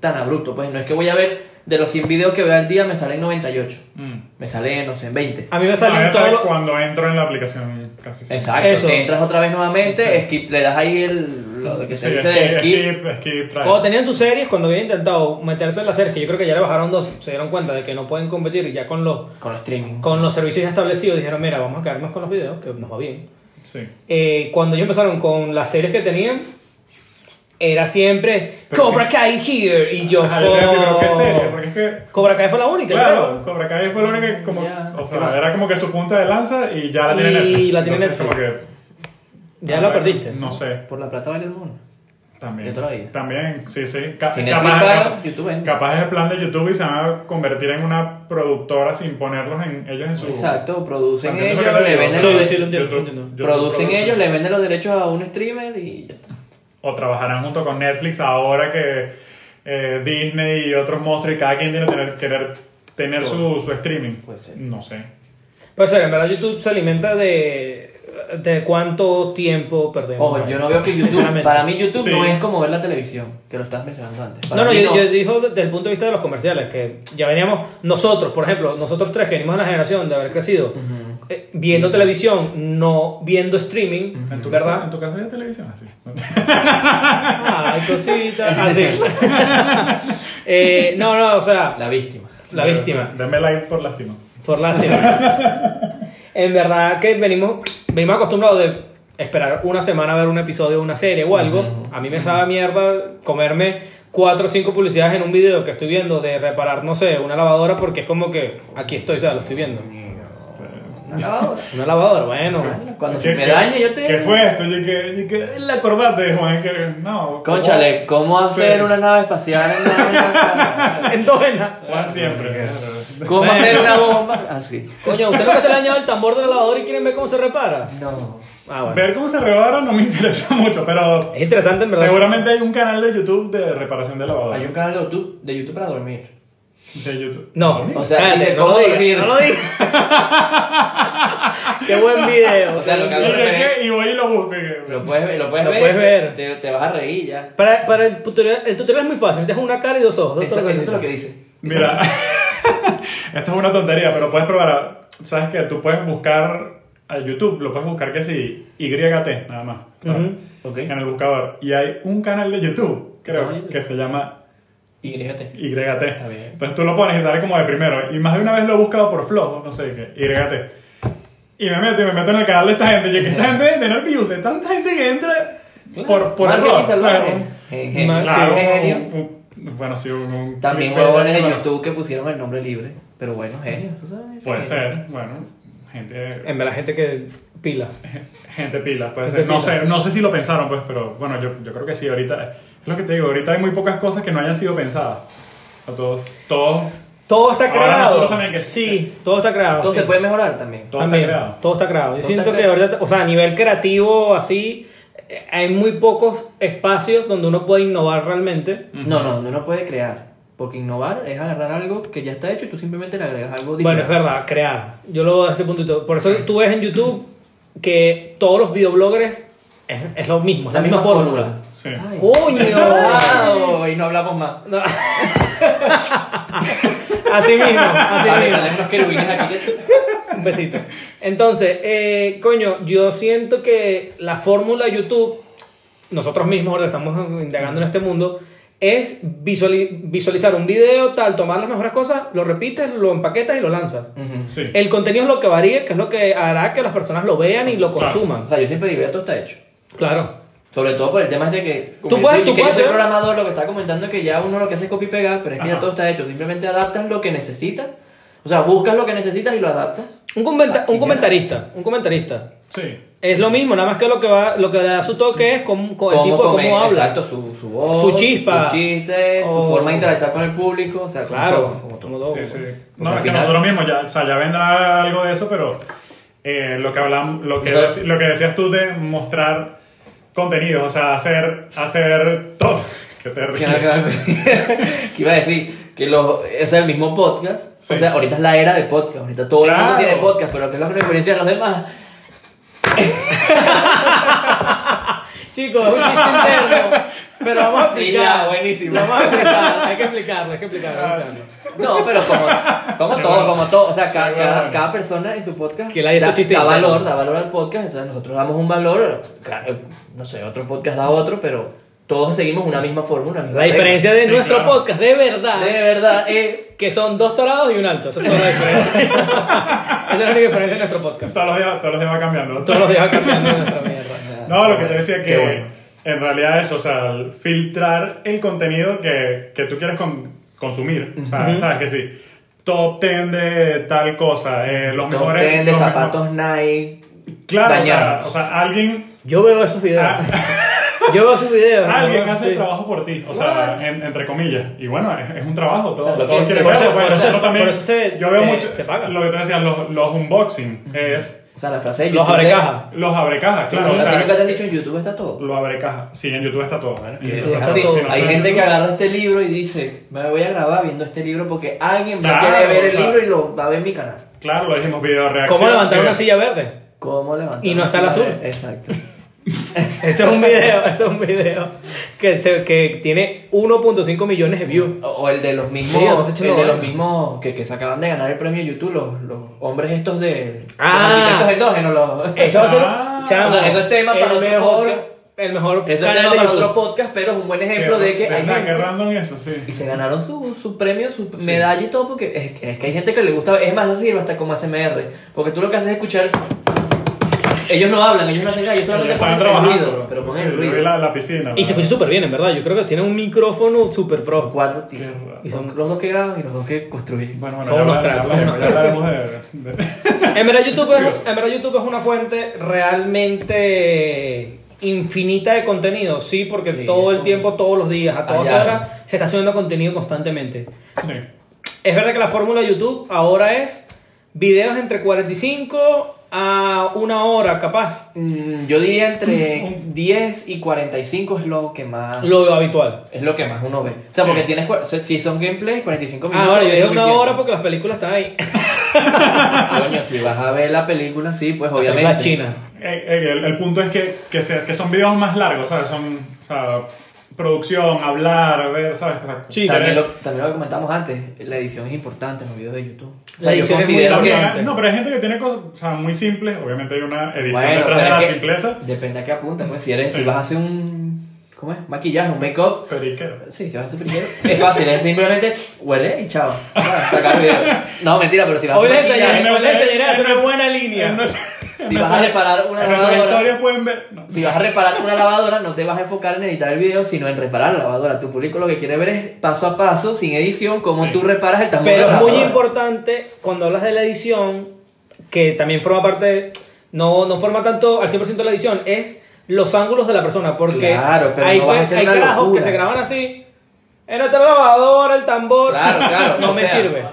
Speaker 2: tan abrupto. Pues no es que voy a ver de los 100 videos que veo al día, me salen 98.
Speaker 4: Mm.
Speaker 2: Me sale, no sé, 20.
Speaker 1: A mí me
Speaker 4: A
Speaker 1: salen
Speaker 4: veces
Speaker 1: todos los.
Speaker 4: cuando entro en la aplicación casi siempre.
Speaker 2: Exacto.
Speaker 1: Eso.
Speaker 2: Entras otra vez nuevamente, skip, le das ahí el- lo que se
Speaker 4: Sí,
Speaker 2: dice de
Speaker 4: skip,
Speaker 2: skip.
Speaker 4: skip, skip try.
Speaker 1: Cuando tenían sus series, cuando habían intentado meterse en las series, que yo creo que ya le bajaron dos, se dieron cuenta de que no pueden competir y ya con los,
Speaker 2: Con los streaming.
Speaker 1: con los servicios ya establecidos dijeron, mira, vamos a quedarnos con los videos, que nos va bien.
Speaker 4: Sí.
Speaker 1: Eh, cuando ellos empezaron con las series que tenían, era siempre
Speaker 4: Pero
Speaker 1: Cobra
Speaker 4: es-
Speaker 1: Kai here y yo
Speaker 4: Ajá, Ah, yo te iba a decir, pero qué serie, porque
Speaker 1: fo-
Speaker 4: es que
Speaker 1: Cobra Kai fue la única,
Speaker 4: Claro, Cobra Kai fue la única que como,
Speaker 2: Ya.
Speaker 4: o sea, era como que su punta de lanza y ya la tiene
Speaker 1: Y
Speaker 4: Netflix.
Speaker 1: la tiene
Speaker 4: Entonces,
Speaker 1: Netflix.
Speaker 4: como
Speaker 1: creo.
Speaker 4: que-
Speaker 1: Ya la perdiste.
Speaker 4: No sé,
Speaker 2: Por la plata vale el mono.
Speaker 4: también.
Speaker 2: De toda la vida.
Speaker 4: También, sí, sí. Ca-
Speaker 2: Si Netflix
Speaker 4: capaz,
Speaker 2: paga, YouTube vende.
Speaker 4: capaz es el plan de YouTube y se van a convertir en una productora sin ponerlos en ellos en su...
Speaker 2: Exacto, producen
Speaker 4: También
Speaker 2: ellos,
Speaker 4: es lo que
Speaker 2: le
Speaker 4: digo,
Speaker 2: venden
Speaker 1: Sí,
Speaker 2: los
Speaker 1: sí,
Speaker 2: derechos.
Speaker 1: lo entiendo,
Speaker 4: YouTube-
Speaker 1: lo entiendo.
Speaker 4: YouTube
Speaker 2: Producen
Speaker 4: produce.
Speaker 2: ellos, le venden los derechos a un streamer y ya está.
Speaker 4: O trabajarán junto con Netflix ahora que eh, Disney y otros monstruos y cada quien tiene que tener, querer tener su, su streaming.
Speaker 2: Puede ser.
Speaker 4: No sé.
Speaker 1: Pues en verdad YouTube se alimenta de, de cuánto tiempo perdemos.
Speaker 2: Ojo, yo no veo que YouTube.
Speaker 1: Sinceramente.
Speaker 2: Para mí, YouTube
Speaker 4: Sí.
Speaker 2: no es como ver la televisión, que lo estabas mencionando antes. Para
Speaker 1: No, no,
Speaker 2: mí
Speaker 1: yo, yo digo desde el punto de vista de los comerciales, que ya veníamos, nosotros, por ejemplo, nosotros tres que venimos de la generación de haber crecido eh, viendo televisión, no viendo streaming,
Speaker 4: ¿En tu, Casa, ¿En
Speaker 1: ¿verdad?
Speaker 4: tu casa había televisión Ah, así?
Speaker 1: Ay, cositas, así. Eh, no, no, o sea,
Speaker 2: La víctima.
Speaker 1: la víctima,
Speaker 4: Dame like por lástima.
Speaker 1: por lástima. En verdad que venimos, venimos acostumbrados de esperar una semana a ver un episodio de una serie o algo. A mí me sabe a mierda comerme cuatro o cinco publicidades en un video que estoy viendo de reparar, no sé, una lavadora porque es como que aquí estoy, o sea, lo estoy viendo.
Speaker 2: Una lavadora.
Speaker 1: Una lavadora, bueno.
Speaker 2: Cuando
Speaker 4: ¿Qué-
Speaker 2: se me
Speaker 4: qué-
Speaker 2: daña, yo
Speaker 4: ¿Qué
Speaker 2: te.
Speaker 4: fue esto? Yo que, yo que- la corbata de Juan que no.
Speaker 2: Conchale, ¿cómo hacer
Speaker 4: Sí.
Speaker 2: una nave espacial? en una-
Speaker 1: Endógena.
Speaker 4: Juan siempre.
Speaker 2: ¿Cómo hacer una bomba? Ah, Así.
Speaker 1: Coño, ¿usted nunca se le ha dañado el tambor de la lavadora y quieren ver cómo se repara?
Speaker 2: No.
Speaker 1: Ah, bueno.
Speaker 4: Ver cómo se repara no me interesa mucho, pero
Speaker 1: Es interesante, en verdad.
Speaker 4: seguramente hay un canal de YouTube de reparación de lavadora.
Speaker 2: Hay un canal de YouTube, de YouTube para dormir.
Speaker 4: De YouTube.
Speaker 1: No,
Speaker 2: O sea,
Speaker 1: cállate,
Speaker 2: dice,
Speaker 1: no
Speaker 2: ¿cómo
Speaker 1: lo digas,
Speaker 2: dormir?
Speaker 1: No lo digas. Qué buen video.
Speaker 2: O sea, lo que
Speaker 4: Y,
Speaker 2: hago
Speaker 4: yo
Speaker 2: referencia-
Speaker 4: que- y voy y lo busco. y que-
Speaker 2: Lo puedes, lo puedes
Speaker 1: Lo
Speaker 2: ver.
Speaker 1: puedes ver.
Speaker 2: Te, te vas a reír ya.
Speaker 1: Para, para el tutorial, el tutorial es muy fácil, metes una cara y dos ojos.
Speaker 2: Eso,
Speaker 1: Eso,
Speaker 2: eso es lo que dice.
Speaker 4: Mira, esto es una tontería, pero puedes probar. Sabes que tú puedes buscar a YouTube, lo puedes buscar que si YT, nada más. ¿sabes?
Speaker 1: Ujú.
Speaker 2: Ok.
Speaker 4: En el buscador. Y hay un canal de YouTube, creo,
Speaker 2: llama
Speaker 4: que se llama
Speaker 2: Y grígate.
Speaker 4: YT.
Speaker 2: bien.
Speaker 4: Entonces tú lo pones y sale como de primero. Y más de una vez lo he buscado por flojo, no sé qué, YT. Y me meto y me meto en el canal de esta gente. Yo que esta gente debe tener views, de tanta gente que entra por, por
Speaker 2: Marketing
Speaker 4: error.
Speaker 2: salvaje.
Speaker 4: ¿sabes?
Speaker 2: Gen- gen-
Speaker 1: Mar-
Speaker 4: Claro,
Speaker 2: sí, genio.
Speaker 4: un- un- bueno, sí, un, un
Speaker 2: También
Speaker 4: clickbait,
Speaker 2: huevones de
Speaker 4: claro.
Speaker 2: YouTube que pusieron el nombre libre. Pero bueno, genio. tú sabes, genio.
Speaker 4: Puede ser, bueno, gente,
Speaker 1: En verdad, gente que pila.
Speaker 4: gente pila, puede
Speaker 1: Gente
Speaker 4: ser. No
Speaker 1: pila.
Speaker 4: sé, no sé si lo pensaron, pues, pero bueno, yo, yo creo que sí, ahorita, es lo que te digo, ahorita hay muy pocas cosas que no hayan sido pensadas. A todos, todos,
Speaker 1: Todo está
Speaker 4: Ahora
Speaker 1: creado.
Speaker 4: nosotros también que-
Speaker 1: Sí, todo está creado.
Speaker 2: Todo
Speaker 1: sí.
Speaker 2: se puede mejorar también.
Speaker 4: todo
Speaker 1: También,
Speaker 4: está creado.
Speaker 1: Todo está creado. Yo
Speaker 2: Todo
Speaker 1: siento
Speaker 2: está
Speaker 1: que,
Speaker 2: creado.
Speaker 1: ahorita, o sea, a nivel creativo, así, eh, hay muy pocos espacios donde uno puede innovar realmente.
Speaker 2: No, no, no no puede crear. Porque innovar es agarrar algo que ya está hecho y tú simplemente le agregas algo
Speaker 1: Bueno,
Speaker 2: diferente.
Speaker 1: es verdad, crear. Yo lo veo desde ese punto y todo. Por eso tú ves en YouTube que todos los videobloggers es, es lo mismo, es la, misma, fórmula.
Speaker 4: Sí.
Speaker 2: Ay.
Speaker 1: ¡Coño!
Speaker 2: Wow, Y no hablamos más.
Speaker 1: No. así mismo, así
Speaker 2: Vale,
Speaker 1: mismo.
Speaker 2: salen los querubines aquí. que tú-
Speaker 1: Un besito. Entonces, eh, coño, yo siento que la fórmula YouTube, nosotros mismos ahora que estamos indagando en este mundo, es visuali- visualizar un video tal, tomar las mejores cosas, lo repites, lo empaquetas y lo lanzas.
Speaker 2: Ujú.
Speaker 4: Sí.
Speaker 1: El contenido es lo que varía, que es lo que hará que las personas lo vean y lo
Speaker 4: Claro.
Speaker 1: consuman.
Speaker 2: O sea, yo siempre digo, ya todo está hecho.
Speaker 1: Claro.
Speaker 2: Sobre todo por el tema de que.
Speaker 1: Tú puedes-
Speaker 2: que
Speaker 1: tú
Speaker 2: yo
Speaker 1: puedes
Speaker 2: soy
Speaker 1: hacer-
Speaker 2: programador, lo que está comentando es que ya uno lo que hace es copy y pegar, pero es que ya
Speaker 4: Ajá.
Speaker 2: todo está hecho. Simplemente adaptas lo que necesitas. O sea, buscas lo que necesitas y lo adaptas.
Speaker 1: Un, comenta- un
Speaker 2: Ya.
Speaker 1: comentarista, un comentarista.
Speaker 4: Sí.
Speaker 1: Es lo mismo, nada más que lo que va, lo que le da su toque es con, con Pues el
Speaker 2: Cómo
Speaker 1: tipo de
Speaker 2: come-
Speaker 1: cómo habla.
Speaker 2: Exacto, su, su voz,
Speaker 1: Su chispa.
Speaker 2: su chiste,
Speaker 1: O-
Speaker 2: su forma de interactuar con el público. O sea, como
Speaker 1: Claro,
Speaker 2: todo, como todo.
Speaker 1: como todo.
Speaker 4: Sí, sí.
Speaker 2: Porque
Speaker 4: No,
Speaker 2: al
Speaker 4: es que
Speaker 2: final-
Speaker 4: nosotros mismos ya, o sea, ya vendrá algo de eso, pero eh, lo que hablamos, lo que,
Speaker 2: Entonces-
Speaker 4: dec- lo que decías tú de mostrar contenido, o sea, hacer, hacer todo. Qué
Speaker 2: Que no-
Speaker 4: terrible.
Speaker 2: que iba a decir que los, es el mismo podcast.
Speaker 4: Sí.
Speaker 2: O sea, ahorita es la era de podcast. Ahorita todo el mundo
Speaker 4: Claro.
Speaker 2: tiene podcast, pero que es la diferencia de los demás.
Speaker 1: Chicos, un chiste interno. Pero vamos a
Speaker 2: Y ya,
Speaker 1: explicar.
Speaker 2: buenísimo.
Speaker 1: Vamos a explicar. Hay que explicarlo, hay que explicarlo. hay que explicarlo.
Speaker 2: No, pero como, como
Speaker 4: Qué
Speaker 2: todo,
Speaker 4: bueno.
Speaker 2: como todo. O sea, cada,
Speaker 4: Qué
Speaker 2: cada-
Speaker 4: bueno.
Speaker 2: cada persona en su podcast
Speaker 1: Que le haya
Speaker 2: da,
Speaker 1: hecho chiste
Speaker 2: da
Speaker 1: interno.
Speaker 2: valor, da valor al podcast. Entonces nosotros damos un valor. claro, No sé, otro podcast da otro, pero todos seguimos una misma fórmula. una misma
Speaker 1: La
Speaker 2: regla.
Speaker 1: diferencia de
Speaker 4: Sí,
Speaker 1: nuestro
Speaker 4: claro.
Speaker 1: podcast, de verdad,
Speaker 2: De verdad eh, es.
Speaker 1: que son dos torados y un alto. Esa es toda la diferencia. Esa es la única diferencia de nuestro podcast.
Speaker 4: Todos los días, todos los días va cambiando.
Speaker 1: Todos los días va cambiando nuestra mierda.
Speaker 4: No, lo que te decía que
Speaker 2: Qué bueno.
Speaker 4: en realidad es, o sea, el filtrar el contenido que, que tú quieres con- consumir. O sea, sabes que sí. Top 10 de tal cosa, eh, los
Speaker 2: Top
Speaker 4: mejores.
Speaker 2: 10 de
Speaker 4: los
Speaker 2: zapatos Nike.
Speaker 4: mejores- Claro, o sea,
Speaker 2: dañados.
Speaker 4: o sea, alguien,
Speaker 1: Yo veo esos videos.
Speaker 4: a-
Speaker 1: Yo veo sus videos.
Speaker 4: alguien
Speaker 1: ¿no?
Speaker 4: hace
Speaker 1: Ah, Sí.
Speaker 4: el trabajo por ti, o sea, en- entre comillas. Y bueno, es, es un trabajo, todo.
Speaker 2: O sea, lo
Speaker 4: todos
Speaker 2: que-
Speaker 4: quieren
Speaker 2: por
Speaker 4: verlo,
Speaker 1: eso-
Speaker 4: pues,
Speaker 1: por eso-
Speaker 4: nosotros también-
Speaker 1: por eso se-
Speaker 4: yo veo
Speaker 1: se-
Speaker 4: mucho.
Speaker 1: se paga.
Speaker 4: Lo que te decían, los, los unboxing es
Speaker 2: O sea, la frase de
Speaker 1: Los
Speaker 2: YouTube.
Speaker 1: abre
Speaker 2: de-
Speaker 1: caja.
Speaker 4: los
Speaker 2: Claro,
Speaker 4: abrecajas, claro. o
Speaker 2: a ti
Speaker 4: sea,
Speaker 2: nunca te han dicho en YouTube está todo.
Speaker 4: lo abre caja. Sí, en YouTube está todo. ¿eh? En
Speaker 2: Que-
Speaker 4: YouTube está
Speaker 2: así,
Speaker 4: todo. Si no
Speaker 2: hay
Speaker 4: está en
Speaker 2: gente que
Speaker 4: YouTube,
Speaker 2: agarra este libro y dice, me voy a grabar viendo este libro porque alguien va a
Speaker 4: Claro,
Speaker 2: querer ver
Speaker 4: o
Speaker 2: el
Speaker 4: sea.
Speaker 2: libro y lo va a ver en mi canal.
Speaker 4: Claro, lo dijimos video reacción.
Speaker 1: ¿Cómo levantar
Speaker 4: que-
Speaker 1: una silla verde?
Speaker 2: ¿Cómo levantar?
Speaker 1: Y no
Speaker 2: una
Speaker 1: está el
Speaker 2: silla?
Speaker 1: azul.
Speaker 2: Exacto.
Speaker 1: Ese es un video, ese es un video que, se- que tiene 1.5 millones de views.
Speaker 2: O, o el de los mismos,
Speaker 1: Sí, no te echo
Speaker 2: el
Speaker 1: la
Speaker 2: de los
Speaker 1: vaina.
Speaker 2: mismos que, que se acaban de ganar el premio YouTube, los, los hombres estos de
Speaker 1: Ah.
Speaker 2: los arquitectos endógenos, los
Speaker 1: Eso va a ser.
Speaker 4: Ah.
Speaker 1: chamo,
Speaker 2: O sea, eso es tema para
Speaker 1: el
Speaker 2: otro
Speaker 1: mejor,
Speaker 2: podcast.
Speaker 1: El mejor
Speaker 2: Eso es
Speaker 1: canal
Speaker 2: tema
Speaker 1: de
Speaker 2: para
Speaker 1: YouTube.
Speaker 2: otro podcast, pero es un buen ejemplo
Speaker 4: que-
Speaker 2: de que hay
Speaker 4: ¿verdad?
Speaker 2: gente
Speaker 4: que random eso, sí.
Speaker 2: y se ganaron su, su premio, su medalla y todo, porque es, que- es que hay gente que le gusta, es más, eso sirve hasta como ASMR, porque tú lo que haces es escuchar, ellos no hablan, ellos no hacen nada, ellos solamente
Speaker 4: Están
Speaker 2: ponen el
Speaker 4: trabajando, pues.
Speaker 2: ruido, pero ponen
Speaker 4: sí,
Speaker 2: el
Speaker 4: yo vi
Speaker 2: ruido.
Speaker 4: La, la piscina. pues.
Speaker 1: Y se escucha súper bien, en verdad. Yo creo que tiene un micrófono súper
Speaker 2: Son
Speaker 1: pro.
Speaker 2: cuatro tíos,
Speaker 4: Qué raro.
Speaker 2: y son los dos que graban y los dos que construyen.
Speaker 4: Bueno, bueno,
Speaker 1: Son
Speaker 4: ya
Speaker 1: unos
Speaker 4: hablaremos-
Speaker 1: cracks, son unos
Speaker 4: ya hablaremos de- de-
Speaker 1: En verdad, YouTube es,
Speaker 4: Curioso.
Speaker 1: en verdad, YouTube es una fuente realmente infinita de contenido. Sí, porque
Speaker 2: Sí,
Speaker 1: todo
Speaker 2: es
Speaker 1: el
Speaker 2: como- Ah,
Speaker 1: tiempo, todos los días, a todas
Speaker 2: Allá.
Speaker 1: horas, se está subiendo contenido constantemente.
Speaker 4: Sí.
Speaker 1: Es verdad que la fórmula de YouTube ahora es videos entre 45 a una hora, capaz.
Speaker 2: Mm, Yo diría entre
Speaker 4: Un-
Speaker 2: 10 y 45 es lo que más...
Speaker 1: Lo habitual.
Speaker 2: Es lo que más uno ve. O sea,
Speaker 4: Sí.
Speaker 2: porque tienes... cua- o sea, Si son gameplays, 45 minutos.
Speaker 1: Ahora, Ah, yo
Speaker 2: es
Speaker 1: digo una
Speaker 2: suficiente.
Speaker 1: hora porque las películas están ahí.
Speaker 2: Coño, si vas a ver la película, sí, pues obviamente.
Speaker 1: La China.
Speaker 4: Eh, eh, el, el punto es que, que, se- que son videos más largos, ¿sabes? Son, o sea, producción, hablar, ver, ¿sabes? O sea,
Speaker 1: Sí,
Speaker 2: También
Speaker 4: tener-
Speaker 2: lo, también lo comentamos antes, la edición es importante en los videos de YouTube. O
Speaker 1: La
Speaker 2: sea, yo
Speaker 1: edición es muy
Speaker 2: considero
Speaker 4: También
Speaker 2: que...
Speaker 1: importante.
Speaker 4: hay- no, pero hay gente que tiene cosas o sea, muy simples. Obviamente hay una edición
Speaker 2: Bueno,
Speaker 4: detrás
Speaker 2: pero
Speaker 4: de
Speaker 2: es
Speaker 4: la
Speaker 2: que
Speaker 4: simpleza.
Speaker 2: Depende a qué apunta, pues si eres,
Speaker 4: Sí.
Speaker 2: si vas a hacer un... ¿Cómo es? Maquillaje, un make-up.
Speaker 4: Pero ¿y qué?
Speaker 2: Sí, si vas a hacer primero. Es fácil, es simplemente huele y chao. Ah, Sacar video. No, mentira, pero si vas a
Speaker 1: Hoy
Speaker 2: hacer
Speaker 1: les enseñaré,
Speaker 2: maquillaje,
Speaker 1: hoy les enseñaré a hacer
Speaker 4: En-
Speaker 1: una buena
Speaker 4: En
Speaker 1: línea.
Speaker 4: nuestra-
Speaker 2: si vas a reparar una
Speaker 4: en nuestras
Speaker 2: lavadora...
Speaker 4: historias pueden ver... no.
Speaker 2: Si vas a reparar una lavadora, no te vas a enfocar en editar el video, sino en reparar la lavadora. Tu público lo que quiere ver es paso a paso, sin edición, cómo
Speaker 4: Sí.
Speaker 2: tú reparas el tambor de
Speaker 1: Pero
Speaker 2: la
Speaker 1: es muy
Speaker 2: lavadora.
Speaker 1: importante cuando hablas de la edición, que también forma parte, no, no forma tanto al 100% de la edición, es los ángulos de la persona. Porque
Speaker 2: Claro, pero
Speaker 1: hay,
Speaker 2: no vas a
Speaker 1: pues-
Speaker 2: hacer
Speaker 1: hay
Speaker 2: una
Speaker 1: carajos
Speaker 2: locura.
Speaker 1: que se graban así. En otra lavadora, el tambor.
Speaker 2: Claro, claro,
Speaker 1: no
Speaker 2: o
Speaker 1: me
Speaker 2: sea,
Speaker 1: sirve.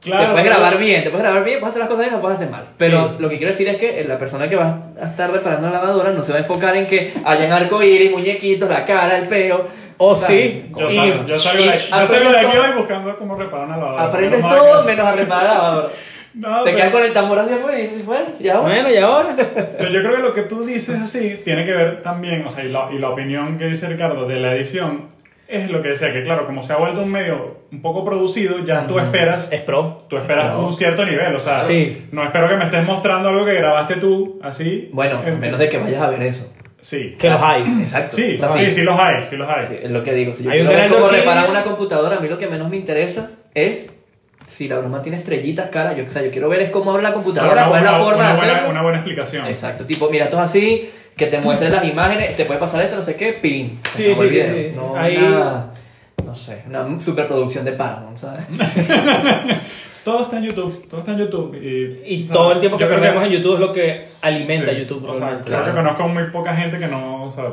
Speaker 2: te
Speaker 4: Claro,
Speaker 2: puedes
Speaker 4: pero-
Speaker 2: grabar bien, te puedes grabar bien, puedes hacer las cosas bien, no puedes hacer mal. Pero
Speaker 1: Sí.
Speaker 2: lo que quiero decir es que eh, la persona que va a estar reparando la lavadora no se va a enfocar en que hayan arcoíris, muñequitos, la cara, el peo.
Speaker 1: O
Speaker 2: ¿sabes?
Speaker 1: sí,
Speaker 4: Yo
Speaker 1: Y-
Speaker 4: salgo, yo salgo de aquí,
Speaker 2: y
Speaker 4: yo salgo de aquí
Speaker 2: aprendes
Speaker 4: hoy buscando cómo reparar una lavadora.
Speaker 2: Aprendes
Speaker 4: No,
Speaker 2: todo
Speaker 4: que-
Speaker 2: menos a reparar la lavadora.
Speaker 4: No,
Speaker 2: te quedas
Speaker 4: pero,
Speaker 2: con el tambor así afuera y dices, bueno, ya ahora?
Speaker 1: Bueno, y ahora.
Speaker 4: pero yo creo que lo que tú dices así tiene que ver también, o sea, y la, y la opinión que dice Ricardo de la edición es lo que decía, que claro, como se ha vuelto un medio un poco producido, ya tú esperas,
Speaker 1: Es pro.
Speaker 4: tú esperas
Speaker 2: Pero-
Speaker 4: un cierto nivel, o sea,
Speaker 1: Sí.
Speaker 4: no espero que me estés mostrando algo que grabaste tú, así.
Speaker 2: Bueno, a
Speaker 4: En-
Speaker 2: menos de que vayas a ver eso.
Speaker 4: Sí.
Speaker 1: Que los hay.
Speaker 2: Exacto.
Speaker 4: Sí,
Speaker 2: O sea,
Speaker 4: sí, sí los hay, sí los hay.
Speaker 2: Sí, es lo que digo. Si yo
Speaker 1: Hay un
Speaker 2: quiero ver
Speaker 1: canal
Speaker 2: cómo
Speaker 1: de orquídea.
Speaker 2: reparar una computadora, a mí lo que menos me interesa es si la broma tiene estrellitas, cara. Yo, o sea, yo quiero ver es cómo abre la
Speaker 4: Pero
Speaker 2: computadora,
Speaker 4: una-
Speaker 2: cuál es la
Speaker 4: una-
Speaker 2: forma
Speaker 4: una
Speaker 2: de
Speaker 4: buena-
Speaker 2: hacerlo.
Speaker 4: Una buena explicación.
Speaker 2: Exacto, tipo, mira, esto es así, que te muestre las imágenes, te puede pasar esto, no sé qué, pin.
Speaker 1: Sí,
Speaker 2: Se acabó
Speaker 1: sí,
Speaker 2: el
Speaker 1: sí,
Speaker 2: video.
Speaker 1: sí.
Speaker 2: No,
Speaker 1: Ahí-
Speaker 2: una- no sé, una superproducción de Paramount, ¿sabes?
Speaker 4: Todo está en YouTube, todo está en YouTube. Y,
Speaker 1: Y
Speaker 4: o sea,
Speaker 1: todo el tiempo que
Speaker 4: yo creo
Speaker 1: perdemos en YouTube es lo que alimenta
Speaker 4: Sí,
Speaker 1: YouTube,
Speaker 4: o sea,
Speaker 1: probablemente.
Speaker 4: Creo que
Speaker 2: Claro.
Speaker 4: conozco muy poca gente que no, o sea,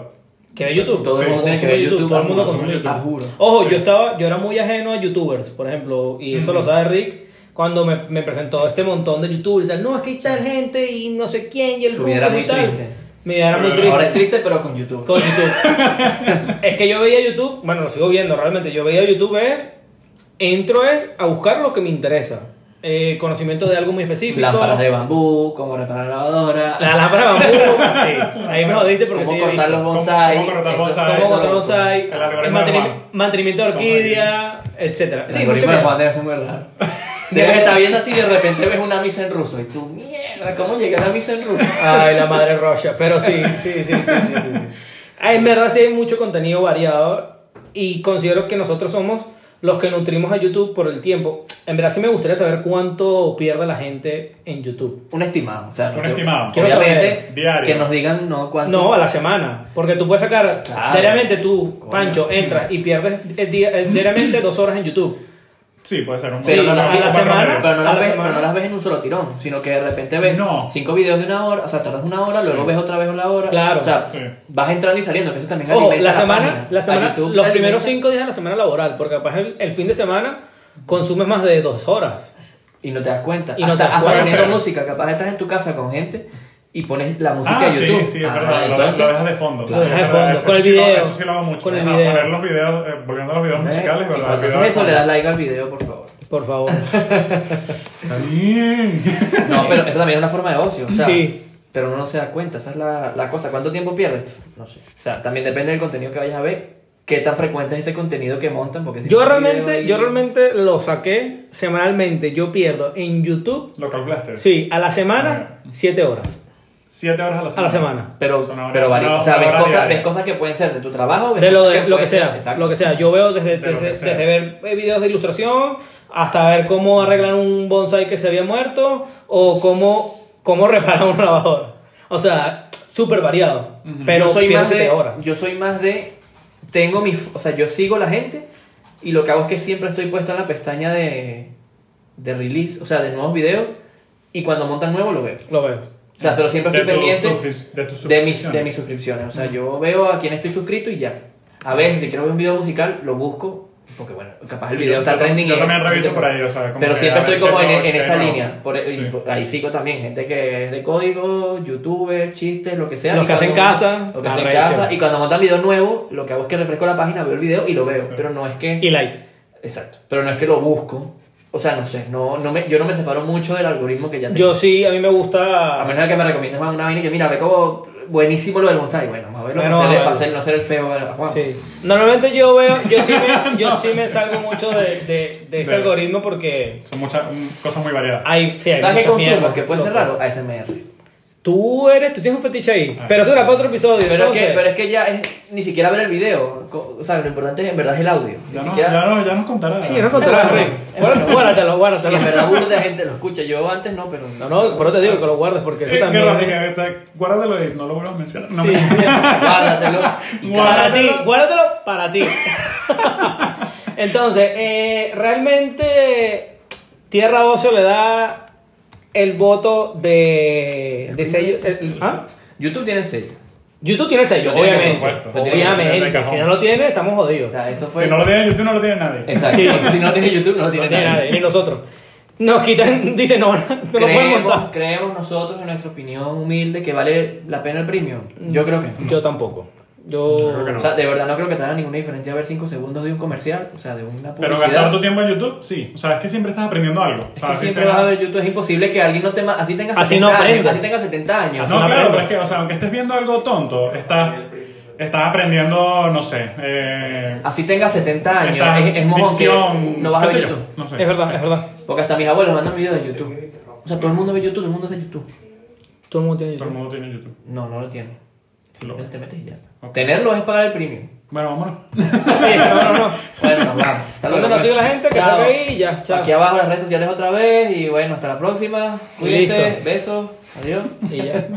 Speaker 1: Que ve YouTube.
Speaker 2: Todo
Speaker 4: Sí,
Speaker 2: el mundo tiene que ver
Speaker 1: consume
Speaker 2: YouTube,
Speaker 1: todo el mundo
Speaker 2: consume
Speaker 1: consume
Speaker 2: Ah,
Speaker 1: YouTube.
Speaker 2: juro.
Speaker 1: Ojo,
Speaker 4: Sí.
Speaker 1: yo estaba, yo era muy ajeno a youtubers, por ejemplo, y eso lo sabe Rick cuando me, me presentó este montón de youtubers y tal. No, es que hay tal gente y no sé quién y el
Speaker 2: Su vida era
Speaker 1: grupo y
Speaker 2: muy
Speaker 1: tal.
Speaker 2: triste.
Speaker 1: Mi vida era
Speaker 4: Sí,
Speaker 1: muy
Speaker 4: ahora
Speaker 1: triste.
Speaker 2: Ahora es triste, pero con YouTube.
Speaker 1: Con YouTube. es que yo veía YouTube, bueno, lo sigo viendo realmente. Yo veía YouTube es. Entro es a buscar lo que me interesa. eh, conocimiento de algo muy específico.
Speaker 2: Lámparas de bambú, cómo reparar la lavadora.
Speaker 1: La lámpara de bambú, sí. Ahí me jodiste porque
Speaker 2: cómo
Speaker 1: sí. he
Speaker 2: cortar
Speaker 1: visto.
Speaker 2: los bonsai.
Speaker 4: cómo cortar
Speaker 2: eso-
Speaker 4: bonsai,
Speaker 2: cómo
Speaker 1: Cómo
Speaker 4: eso
Speaker 1: cortar
Speaker 4: lo-
Speaker 1: bonsai,
Speaker 4: el algoritmo de
Speaker 1: mantenim-
Speaker 4: Juan.
Speaker 1: mantenimiento de orquídea, etcétera.
Speaker 2: El
Speaker 1: Sí, mucho
Speaker 2: algoritmo de
Speaker 1: mierda.
Speaker 2: Juan debe ser muy raro. Debes estar viendo así y de repente ves una misa en ruso. Y tú, mierda, ¿cómo llegué a la misa en ruso?
Speaker 1: Ay, la madre roja. Pero sí, sí, sí, sí, sí, sí, sí. Ah, en verdad sí hay mucho contenido variado y considero que nosotros somos los que nutrimos a YouTube por el tiempo. En verdad sí me gustaría saber cuánto pierde la gente en YouTube.
Speaker 2: Un estimado. O sea, no
Speaker 4: Un
Speaker 2: te-
Speaker 4: estimado.
Speaker 1: Quiero
Speaker 2: Obviamente,
Speaker 1: saber,
Speaker 4: diario.
Speaker 2: que nos digan no cuánto.
Speaker 1: No, a la semana. Porque tú puedes sacar,
Speaker 2: Claro.
Speaker 1: diariamente tú,
Speaker 2: Coño.
Speaker 1: Pancho, entras y pierdes eh, di- eh, diariamente dos horas en YouTube.
Speaker 4: Sí, puede ser un
Speaker 2: pero
Speaker 1: Sí,
Speaker 2: no las
Speaker 1: a
Speaker 2: ves-
Speaker 1: la
Speaker 4: un
Speaker 1: semana.
Speaker 2: pero no
Speaker 1: a
Speaker 2: las
Speaker 1: la
Speaker 2: ves,
Speaker 1: semana.
Speaker 2: pero no las ves en un solo tirón, sino que de repente ves
Speaker 4: No.
Speaker 2: cinco videos de una hora, o sea, tardas una hora, luego ves otra vez una hora.
Speaker 1: Claro.
Speaker 2: O sea,
Speaker 4: Sí.
Speaker 2: vas entrando y saliendo, que eso también
Speaker 1: Ojo,
Speaker 2: alimenta
Speaker 1: la semana,
Speaker 2: página.
Speaker 1: la
Speaker 2: A
Speaker 1: semana
Speaker 2: YouTube
Speaker 1: los
Speaker 2: alimenta-
Speaker 1: primeros cinco días de la semana laboral, porque capaz el, el fin de semana consumes más de dos horas.
Speaker 2: Y no te das cuenta.
Speaker 1: Y no
Speaker 2: Hasta-
Speaker 1: te das
Speaker 2: hasta
Speaker 1: cuenta.
Speaker 2: poniendo
Speaker 4: Puede
Speaker 2: música, capaz estás en tu casa con gente y pones la música
Speaker 4: Ah,
Speaker 2: de
Speaker 4: sí,
Speaker 2: YouTube.
Speaker 4: sí, es
Speaker 2: Ajá,
Speaker 4: verdad. Lo-
Speaker 2: entonces-
Speaker 4: lo, dejas de fondo.
Speaker 1: Lo dejas de
Speaker 4: Sí, es
Speaker 1: fondo,
Speaker 4: verdad, eso
Speaker 1: con el
Speaker 4: sí lo-
Speaker 1: video.
Speaker 4: eso sí lo hago mucho.
Speaker 1: Con el
Speaker 4: Ajá,
Speaker 1: video.
Speaker 4: Poner los videos, eh, volviendo a los videos
Speaker 2: ¿Ves?
Speaker 4: musicales,
Speaker 2: Y
Speaker 4: ¿verdad?
Speaker 2: cuando
Speaker 4: El
Speaker 2: haces
Speaker 4: video de
Speaker 2: eso,
Speaker 4: fondo.
Speaker 2: le das like al video, por favor.
Speaker 1: Por favor.
Speaker 4: Está bien.
Speaker 2: No, pero eso también es una forma de ocio. O sea,
Speaker 1: Sí.
Speaker 2: Pero uno no se da cuenta, esa es la, la cosa. ¿Cuánto tiempo pierdes? No sé. O sea, también depende del contenido que vayas a ver, qué tan frecuente es ese contenido que montan. Porque si
Speaker 1: Yo
Speaker 2: es un
Speaker 1: realmente,
Speaker 2: video y-
Speaker 1: yo realmente lo saqué semanalmente. Yo pierdo en YouTube,
Speaker 4: ¿Lo calculaste?
Speaker 1: sí, a la semana, 7 horas.
Speaker 4: Siete horas a la semana.
Speaker 1: A la semana.
Speaker 2: Pero,
Speaker 4: Son
Speaker 2: pero
Speaker 4: horas-
Speaker 2: varía.
Speaker 4: no,
Speaker 2: o sea,
Speaker 4: son
Speaker 2: ves
Speaker 4: horas
Speaker 2: cosas, ves
Speaker 4: diarias.
Speaker 2: cosas que pueden ser de tu trabajo, ves
Speaker 1: De lo,
Speaker 2: cosas
Speaker 1: de, lo que
Speaker 2: pueden ser-
Speaker 1: sea,
Speaker 2: Pues exacto.
Speaker 1: lo que sea. Yo veo desde,
Speaker 4: De lo
Speaker 1: desde,
Speaker 4: que sea.
Speaker 1: desde ver eh, videos de ilustración hasta ver cómo arreglan un bonsai que se había muerto o cómo, cómo reparan una lavadora. O sea, súper variado. Pero
Speaker 2: yo soy
Speaker 1: pierdo
Speaker 2: más de,
Speaker 1: siete horas.
Speaker 2: yo soy más de, tengo mis, o sea, yo sigo la gente y lo que hago es que siempre estoy puesto en la pestaña de, de release, o sea, de nuevos videos y cuando montan nuevo lo veo.
Speaker 1: Lo veo.
Speaker 2: O sea, pero siempre estoy
Speaker 4: De tus
Speaker 2: pendiente.
Speaker 4: suscrip- de tus
Speaker 2: de mis, de
Speaker 4: suscripciones.
Speaker 2: mis suscripciones. O sea, yo veo a quién estoy suscrito y ya. A veces, si quiero ver un video musical, lo busco. Porque bueno, capaz el
Speaker 4: Sí,
Speaker 2: video
Speaker 4: yo-
Speaker 2: está
Speaker 4: yo-
Speaker 2: trending.
Speaker 4: yo
Speaker 2: y-
Speaker 4: también reviso por ahí, o sea, como
Speaker 2: pero
Speaker 4: que
Speaker 2: siempre
Speaker 4: a ver
Speaker 2: estoy como
Speaker 4: qué
Speaker 2: en,
Speaker 4: nuevo-
Speaker 2: en
Speaker 4: qué
Speaker 2: esa
Speaker 4: nuevo.
Speaker 2: línea. Por, y
Speaker 4: Sí.
Speaker 2: por- ahí sigo también, gente que es de código, youtuber, chistes, lo que sea.
Speaker 1: Los
Speaker 2: Y
Speaker 1: que hacen
Speaker 2: cuando-
Speaker 1: casa,
Speaker 2: Lo que hacen
Speaker 1: arrecho.
Speaker 2: casa. Y cuando montan video nuevo, lo que hago es que refresco la página, veo el video y lo veo. Pero no es que.
Speaker 1: Y like.
Speaker 2: Exacto. Pero no es que lo busco. O sea, no sé. No, no me, yo no me separo mucho del algoritmo que ya tengo.
Speaker 1: Yo sí, a mí me
Speaker 2: A
Speaker 1: gusta.
Speaker 2: menos de que me recomiendes Juan, una vaina y que mira, ve como buenísimo lo del Mustang. Bueno, vamos a verlo.
Speaker 1: Bueno,
Speaker 2: para hacerle-
Speaker 1: vamos a
Speaker 2: para hacer- no ser el feo bueno, Juan.
Speaker 1: Sí. Normalmente yo veo, yo sí me, yo sí me salgo mucho de, de- de ese
Speaker 4: De-
Speaker 1: algoritmo porque
Speaker 4: Son muchas mm, cosas muy
Speaker 2: Ah,
Speaker 4: variadas.
Speaker 1: hay, sí, hay
Speaker 2: ¿Sabes qué
Speaker 1: muchas
Speaker 2: consumo?
Speaker 1: mierdas,
Speaker 2: que puede ser
Speaker 1: loco.
Speaker 2: raro. ASMR.
Speaker 1: Tú eres, tú tienes un fetiche ahí. Pero eso era para otro episodio.
Speaker 2: Pero es, que,
Speaker 1: entonces.
Speaker 2: pero es que ya es ni siquiera ver el video. co- O sea, lo importante es en verdad es el audio. Ni
Speaker 4: Ya, no,
Speaker 2: siquiera.
Speaker 4: ya, no, ya nos contará.
Speaker 1: Sí, no encontrarás,
Speaker 2: bueno,
Speaker 1: Rick.
Speaker 2: es
Speaker 1: Guárdatelo, guárdatelo,
Speaker 2: Y
Speaker 1: guárdatelo.
Speaker 2: en verdad burda de gente lo escucha. Yo antes no, pero.
Speaker 1: No, no, por eso te digo que lo guardes porque eso
Speaker 4: Eh,
Speaker 1: también.
Speaker 4: guárdate,
Speaker 1: es-
Speaker 4: guárdate, Guárdatelo y no lo vuelvas a mencionar. No,
Speaker 1: Sí.
Speaker 4: mentira.
Speaker 2: Guárdatelo. Y cada-
Speaker 4: Guá-
Speaker 1: Para ti,
Speaker 4: Guárdatelo.
Speaker 1: guárdatelo para ti. Entonces, eh, realmente Tierra Ocio le da el voto de, de sello. el- el- ¿ah?
Speaker 2: YouTube tiene sello.
Speaker 1: YouTube tiene sello,
Speaker 2: Lo tiene, por
Speaker 1: obviamente.
Speaker 4: supuesto. Lo
Speaker 2: tiene,
Speaker 4: lo tiene
Speaker 1: obviamente.
Speaker 4: de
Speaker 1: Si
Speaker 4: cajón.
Speaker 1: no lo tiene, estamos jodidos.
Speaker 2: O sea, eso fue.
Speaker 4: Si no lo tiene YouTube, no lo tiene nadie.
Speaker 2: Exacto.
Speaker 1: Sí.
Speaker 2: Si no tiene YouTube, no lo tiene,
Speaker 1: no tiene
Speaker 2: nadie.
Speaker 1: nadie, ni nosotros. Nos quitan, dicen, no, no lo pueden
Speaker 2: creemos,
Speaker 1: montar.
Speaker 2: creemos nosotros, en nuestra opinión humilde, que vale la pena el premio?
Speaker 1: Mm.
Speaker 2: Yo creo que no.
Speaker 1: Yo tampoco. Yo.
Speaker 4: creo que no.
Speaker 2: O sea, de verdad no creo que te haga ninguna diferencia ver 5 segundos de un comercial, o sea, de una
Speaker 4: Pero
Speaker 2: publicidad.
Speaker 4: gastar tu tiempo en YouTube, sí. O sea, es que siempre estás aprendiendo algo. O
Speaker 2: es
Speaker 4: sea,
Speaker 2: que
Speaker 4: así
Speaker 2: siempre
Speaker 4: sea-
Speaker 2: vas a ver YouTube, es imposible que alguien no te... ma- Así tenga 70
Speaker 1: Así no
Speaker 2: años,
Speaker 1: aprendas.
Speaker 2: así tenga 70 años.
Speaker 1: Así
Speaker 4: No,
Speaker 1: no
Speaker 4: claro, pero
Speaker 1: aprendes.
Speaker 4: es que, o sea, aunque estés viendo algo tonto, estás, estás aprendiendo, no sé, eh,
Speaker 2: Así tenga 70 años,
Speaker 4: estás-
Speaker 2: Ah, es, es mojón que
Speaker 4: dicción,
Speaker 2: no vas a
Speaker 4: qué
Speaker 2: ver
Speaker 4: sé yo,
Speaker 2: YouTube.
Speaker 4: No sé.
Speaker 1: Es verdad, es verdad.
Speaker 2: Porque hasta mis abuelos mandan videos de YouTube. O sea, todo el mundo ve YouTube, todo el mundo ve YouTube.
Speaker 1: Todo el mundo tiene
Speaker 4: Todo el
Speaker 1: YouTube.
Speaker 4: mundo tiene YouTube.
Speaker 2: No, no lo tiene.
Speaker 4: Sí, lo-
Speaker 2: Él te metes y ya.
Speaker 4: Ok.
Speaker 2: Tenerlo es pagar el premium.
Speaker 4: Bueno, vámonos.
Speaker 1: Sí, no, no, no.
Speaker 2: Bueno, nos vamos. Hasta
Speaker 1: ¿Dónde
Speaker 2: luego. pues.
Speaker 1: nos sigue la gente? Que
Speaker 2: Chao.
Speaker 1: salga ahí y ya, chao.
Speaker 2: Aquí abajo las redes sociales otra vez y bueno, hasta la próxima.
Speaker 1: Y listo.
Speaker 2: Cuídense, besos, adiós.
Speaker 1: Y ya.